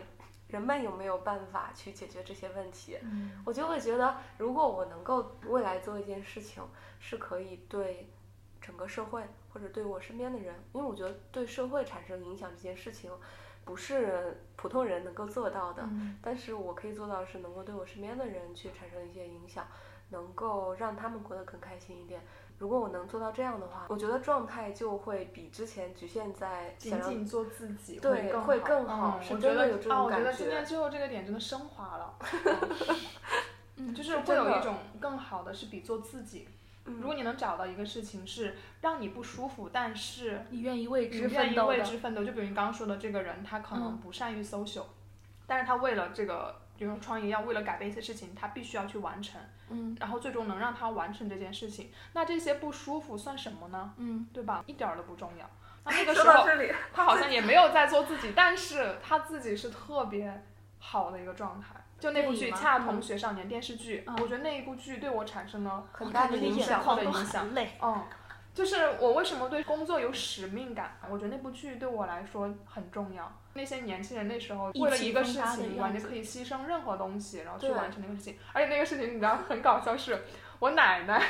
Speaker 2: 人们有没有办法去解决这些问题。
Speaker 3: 嗯
Speaker 2: 我就会觉得，如果我能够未来做一件事情，是可以对整个社会或者对我身边的人，因为我觉得对社会产生影响这件事情，不是普通人能够做到的。
Speaker 3: 嗯
Speaker 2: 但是我可以做到的是能够对我身边的人去产生一些影响，能够让他们过得更开心一点。如果我能做到这样的话，我觉得状态就会比之前局限在想
Speaker 3: 仅
Speaker 2: 要
Speaker 3: 仅做自己
Speaker 2: 对
Speaker 3: 更
Speaker 2: 会
Speaker 3: 好
Speaker 2: 更好
Speaker 3: 嗯
Speaker 2: 是
Speaker 3: 我
Speaker 2: 真的
Speaker 3: 觉得
Speaker 2: 有这种
Speaker 3: 啊，我觉
Speaker 2: 感
Speaker 3: 得
Speaker 2: 觉
Speaker 3: 今天最后这个点真的升 华了，
Speaker 1: 嗯，
Speaker 3: 就是是
Speaker 2: 真
Speaker 3: 会有
Speaker 2: 的
Speaker 3: 一种更好的是比做自己。
Speaker 2: 嗯
Speaker 3: 如果你能找到一个事情是让你不舒服，但是
Speaker 1: 你愿意为
Speaker 3: 你
Speaker 1: 之
Speaker 3: 愿
Speaker 1: 奋
Speaker 3: 意
Speaker 1: 斗
Speaker 3: 为
Speaker 1: 的，
Speaker 3: 之奋斗，就比如你刚刚说的这个人，他可能不善于 social，、但是他为了这个，比如说创业，要为了改变一些事情，他必须要去完成，
Speaker 1: 嗯
Speaker 3: 然后最终能让他完成这件事情，那这些不舒服算什么呢？
Speaker 1: 嗯，
Speaker 3: 对吧？一点儿都不重要。 那那个时
Speaker 2: 说到
Speaker 3: 候
Speaker 2: 这里，
Speaker 3: 他好像也没有在做自己，但是他自己是特别好的一个状态。就那部
Speaker 1: 电
Speaker 3: 剧
Speaker 1: 影
Speaker 3: 《
Speaker 1: 吗
Speaker 3: 恰同学少年》电视剧，
Speaker 1: 嗯
Speaker 3: 我觉得那一部剧对我产生了
Speaker 2: 很
Speaker 1: 我
Speaker 2: 大
Speaker 1: 看
Speaker 2: 的
Speaker 1: 着你
Speaker 2: 影
Speaker 1: 眼
Speaker 2: 响
Speaker 3: 或
Speaker 1: 眶
Speaker 3: 者
Speaker 1: 都
Speaker 3: 影响
Speaker 1: 很累。
Speaker 3: 嗯，就是我为什么对工作有使命感？啊我觉得那部剧对我来说很重要。那些年轻人那时候
Speaker 1: 意气
Speaker 3: 为了一个
Speaker 1: 风
Speaker 3: 事
Speaker 1: 发的
Speaker 3: 情，
Speaker 1: 样
Speaker 3: 完全
Speaker 1: 子
Speaker 3: 可以牺牲任何东西，然后去
Speaker 2: 对
Speaker 3: 完成那个事情。而且那个事情你知道很搞笑是，我奶奶，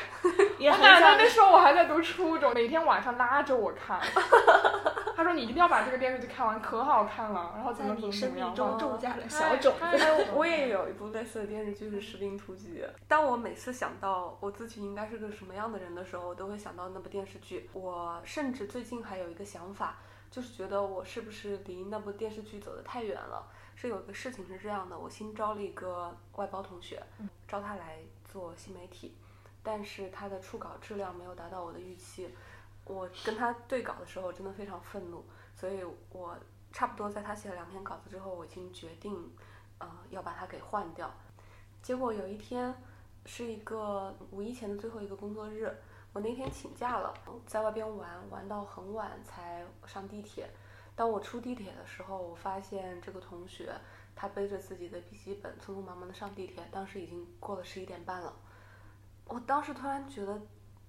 Speaker 1: 也
Speaker 3: 我
Speaker 1: 很
Speaker 3: 奶奶
Speaker 1: 想
Speaker 3: 那时候我还在读初中，每天晚上拉着我看。他说你一定要把这个电视剧看完，可好看了，然后怎
Speaker 1: 在
Speaker 3: 么怎
Speaker 1: 你
Speaker 3: 么怎
Speaker 1: 生
Speaker 3: 么
Speaker 1: 命
Speaker 3: 样。
Speaker 1: 中
Speaker 2: 哦
Speaker 1: 种下了
Speaker 3: 太
Speaker 1: 小种
Speaker 3: 太
Speaker 1: 子。
Speaker 3: 懂了
Speaker 2: 哎我也有一部类似的电视剧是《士兵突击》。当我每次想到我自己应该是个什么样的人的时候，我都会想到那部电视剧。我甚至最近还有一个想法，就是觉得我是不是离那部电视剧走得太远了？是有一个事情是这样的，我新招了一个外包同学，招他来做新媒体，但是他的初稿质量没有达到我的预期。我跟他对稿的时候真的非常愤怒，所以我差不多在他写了两篇稿子之后，我已经决定呃，要把它给换掉。结果有一天是一个五一前的最后一个工作日，我那天请假了，在外边玩玩到很晚才上地铁。当我出地铁的时候，我发现这个同学他背着自己的笔记本，匆匆忙忙的上地铁，当时已经过了十一点半了。我当时突然觉得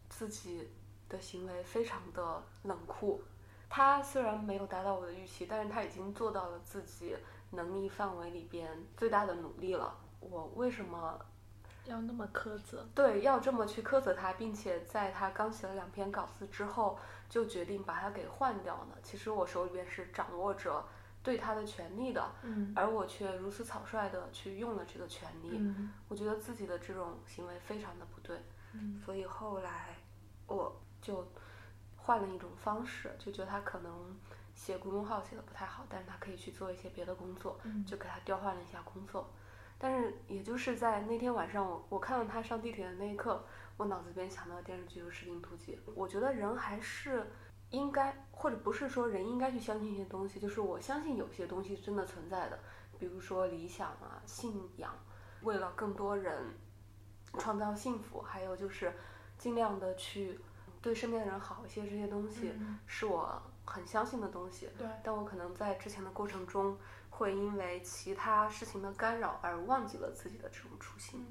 Speaker 2: 自己的行为非常的冷酷。他虽然没有达到我的预期，但是他已经做到了自己能力范围里边最大的努力了。我为什么
Speaker 1: 要那么苛责，
Speaker 2: 对要这么去苛责他，并且在他刚写了两篇稿子之后，就决定把他给换掉呢？其实我手里边是掌握着对他的权利的，
Speaker 3: 嗯
Speaker 2: 而我却如此草率的去用了这个权利。
Speaker 3: 嗯
Speaker 2: 我觉得自己的这种行为非常的不对，
Speaker 1: 嗯
Speaker 2: 所以后来我就换了一种方式，就觉得他可能写公众号写的不太好，但是他可以去做一些别的工作，
Speaker 3: 嗯
Speaker 2: 就给他调换了一下工作。但是也就是在那天晚上，我我看到他上地铁的那一刻，我脑子里边想到的电视剧就是《士兵突击》。我觉得人还是应该，或者不是说人应该去相信一些东西，就是我相信有些东西真的存在的，比如说理想啊、信仰，为了更多人创造幸福，还有就是尽量的去对身边人好一些，这些东西
Speaker 3: 嗯
Speaker 2: 是我很相信的东西。
Speaker 3: 对
Speaker 2: 但我可能在之前的过程中，会因为其他事情的干扰而忘记了自己的这种初心。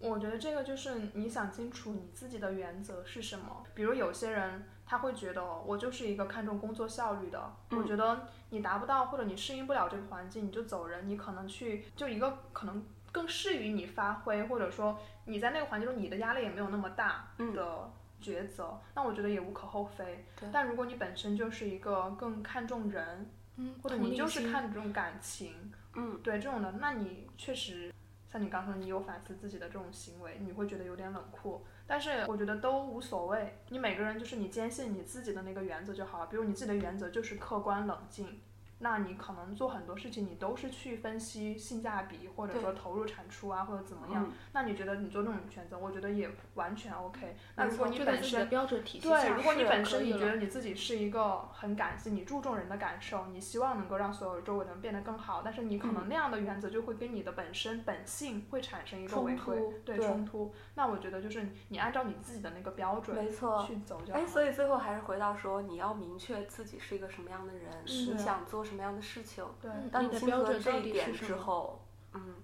Speaker 3: 我觉得这个就是你想清楚你自己的原则是什么。比如有些人他会觉得哦我就是一个看重工作效率的，
Speaker 2: 嗯
Speaker 3: 我觉得你达不到或者你适应不了这个环境你就走人，你可能去就一个可能更适于你发挥，或者说你在那个环境中你的压力也没有那么大
Speaker 2: 嗯
Speaker 3: 的抉择，那我觉得也无可厚非
Speaker 2: 对。
Speaker 3: 但如果你本身就是一个更看重人，
Speaker 1: 嗯，
Speaker 3: 或者
Speaker 1: 同
Speaker 3: 你
Speaker 1: 理
Speaker 3: 就是
Speaker 1: 心
Speaker 3: 看重感情，
Speaker 2: 嗯，
Speaker 3: 对这种的，那你确实像你刚说，你有反思自己的这种行为，你会觉得有点冷酷。但是我觉得都无所谓，你每个人就是你坚信你自己的那个原则就好了。比如你自己的原则就是客观冷静，那你可能做很多事情你都是去分析性价比，或者
Speaker 2: 对
Speaker 3: 说投入产出啊，或者怎么样。
Speaker 2: 嗯
Speaker 3: 那你觉得你做这种选择，我觉得也完全 OK。那
Speaker 2: 没
Speaker 3: 如果
Speaker 2: 错
Speaker 3: 你
Speaker 1: 就在
Speaker 3: 本
Speaker 1: 自己的
Speaker 3: 身
Speaker 1: 标准体系
Speaker 3: 对，
Speaker 1: 下
Speaker 3: 如果你
Speaker 1: 是
Speaker 3: 本
Speaker 1: 可
Speaker 3: 身
Speaker 1: 以
Speaker 3: 你觉
Speaker 1: 了
Speaker 3: 得你自己是一个很感性，你注重人的感受，你希望能够让所有周围的人变得更好，但是你可能
Speaker 2: 嗯
Speaker 3: 那样的原则就会跟你的本身本性会产生一个
Speaker 2: 冲
Speaker 3: 违规
Speaker 2: 突，
Speaker 3: 对
Speaker 2: 对
Speaker 3: 冲突。那我觉得就是你你按照你自己的那个标准
Speaker 2: 没错。
Speaker 3: 去走就好
Speaker 2: 哎，
Speaker 3: 了。
Speaker 2: 所以最后还是回到说，你要明确自己是一个什么样的人，
Speaker 3: 是
Speaker 2: 你想做什么样的事情。
Speaker 3: 对，
Speaker 1: 嗯
Speaker 2: 当
Speaker 1: 你的
Speaker 2: 清楚
Speaker 1: 标
Speaker 2: 了
Speaker 1: 准
Speaker 2: 这
Speaker 1: 到
Speaker 2: 一
Speaker 1: 底
Speaker 2: 点
Speaker 1: 是什
Speaker 2: 之
Speaker 1: 么
Speaker 2: 后，嗯，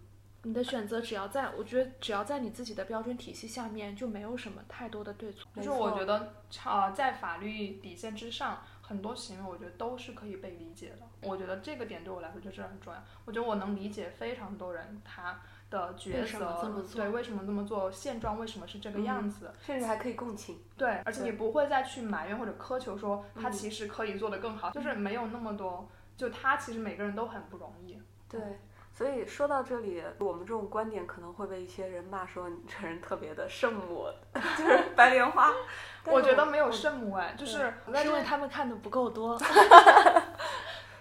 Speaker 1: 你的选择只要在，我觉得只要在你自己的标准体系下面，就没有什么太多的对错。
Speaker 3: 就
Speaker 2: 没
Speaker 3: 是我
Speaker 2: 错
Speaker 3: 觉得啊、呃在法律底线之上，很多行为我觉得都是可以被理解的。我觉得这个点对我来说就是很重要。我觉得我能理解非常多人他的抉
Speaker 1: 为什么这么
Speaker 3: 择，
Speaker 1: 做
Speaker 3: 对为什么这么做，现状为什么是这个样子，
Speaker 2: 甚至还可以共情。
Speaker 3: 对，而且
Speaker 2: 对
Speaker 3: 你不会再去埋怨或者苛求说他
Speaker 2: 嗯
Speaker 3: 其实可以做得更好，就是没有那么多，就他其实每个人都很不容易。
Speaker 2: 对，所以说到这里，我们这种观点可能会被一些人骂说你这人特别的圣母， 就是白莲花。但是
Speaker 3: 我觉得没有圣母哎，
Speaker 2: 对
Speaker 3: 就是我在
Speaker 1: 是因
Speaker 3: 这
Speaker 1: 为他们看的不够多，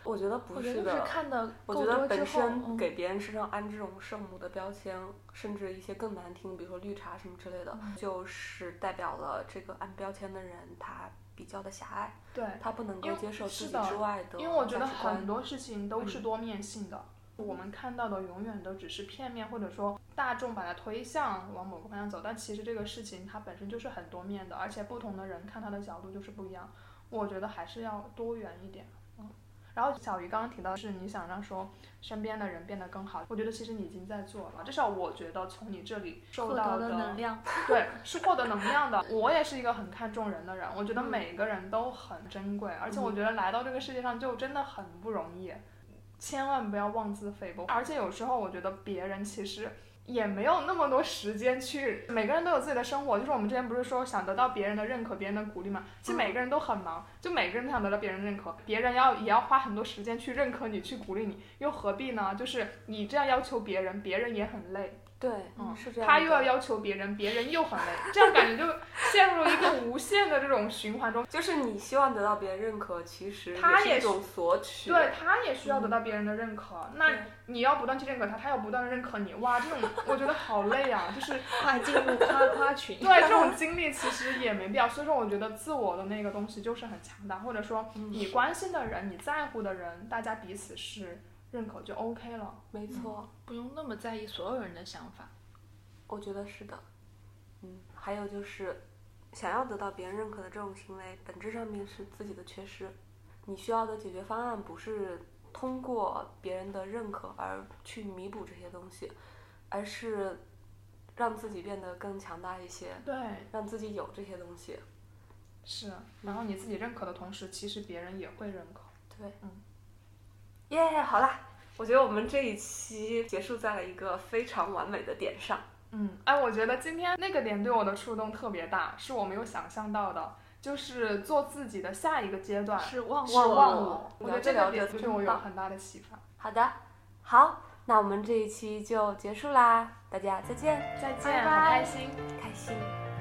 Speaker 2: 我觉得不
Speaker 1: 我觉
Speaker 2: 是
Speaker 1: 得就
Speaker 2: 的，
Speaker 1: 是看的
Speaker 2: 我
Speaker 1: 够
Speaker 2: 觉得
Speaker 1: 多之
Speaker 2: 本
Speaker 1: 后，
Speaker 2: 身
Speaker 1: 嗯
Speaker 2: 给别人身上安这种圣母的标签，甚至一些更难听，比如说绿茶什么之类的，
Speaker 3: 嗯
Speaker 2: 就是代表了这个按标签的人他比较的狭隘，
Speaker 3: 对，
Speaker 2: 他不能够
Speaker 3: 因为
Speaker 2: 接受自
Speaker 3: 是
Speaker 2: 己
Speaker 3: 的
Speaker 2: 之外的
Speaker 3: 因为我觉
Speaker 2: 价
Speaker 3: 得
Speaker 2: 值观
Speaker 3: 很多事情都是
Speaker 2: 嗯
Speaker 3: 多面性的，我们看到的永远都只是片面，或者说大众把它推向往某个方向走，但其实这个事情它本身就是很多面的，而且不同的人看它的角度就是不一样。我觉得还是要多元一点。嗯，然后小鱼刚刚提到是你想让说身边的人变得更好，我觉得其实你已经在做了，至少我觉得从你这里受
Speaker 1: 获
Speaker 3: 到的
Speaker 1: 得了能量。
Speaker 3: 对，是获得能量的。我也是一个很看重人的人，我觉得
Speaker 2: 嗯
Speaker 3: 每个人都很珍贵，而且我觉得来到这个世界上就真的很不容易，千万不要妄自菲薄。而且有时候我觉得别人其实也没有那么多时间去，每个人都有自己的生活。就是我们之前不是说想得到别人的认可、别人的鼓励嘛？其实每个人都很忙，就每个人都想得到别人的认可，别人要也要花很多时间去认可你、去鼓励你，又何必呢？就是你这样要求别人，别人也很累，
Speaker 2: 对，
Speaker 3: 嗯
Speaker 2: 是这样的。
Speaker 3: 他又要要求别人，别人又很累，这样感觉就陷入一个无限的这种循环中。
Speaker 2: 就是你希望得到别人认可，其实
Speaker 3: 他
Speaker 2: 是
Speaker 3: 也
Speaker 2: 一种索取。
Speaker 3: 对他也需要得到别人的认可，那你要不断去认可他，他要不断的认可你，哇，这种我觉得好累啊， 就是
Speaker 4: 快进入夸夸群。
Speaker 3: 对这种经历其实也没必要，所以说我觉得自我的那个东西就是很强大，或者说你关心的人、你在乎的人，大家彼此是认可就 OK 了。
Speaker 2: 没
Speaker 3: 嗯
Speaker 2: 错，
Speaker 1: 不用那么在意所有人的想法。
Speaker 2: 我觉得是的。嗯，还有就是，想要得到别人认可的这种行为，本质上面是自己的缺失。你需要的解决方案不是通过别人的认可而去弥补这些东西，而是让自己变得更强大一些，
Speaker 3: 对，
Speaker 2: 让自己有这些东西。
Speaker 3: 是，然后你自己认可的同时，其实别人也会认可。
Speaker 2: 对，
Speaker 3: 嗯，
Speaker 2: 耶、好啦，我觉得我们这一期结束在了一个非常完美的点上。
Speaker 3: 嗯，哎，我觉得今天那个点对我的触动特别大，是我没有想象到的，就是做自己的下一个阶段。
Speaker 1: 是忘
Speaker 2: 忘
Speaker 1: 我
Speaker 2: 我
Speaker 1: 忘
Speaker 2: 了
Speaker 3: 我觉得这个点对我有很大的启发。
Speaker 2: 好的，好，那我们这一期就结束啦，大家再见，
Speaker 3: 再见，
Speaker 2: 拜拜
Speaker 3: 很开心。
Speaker 2: 开心。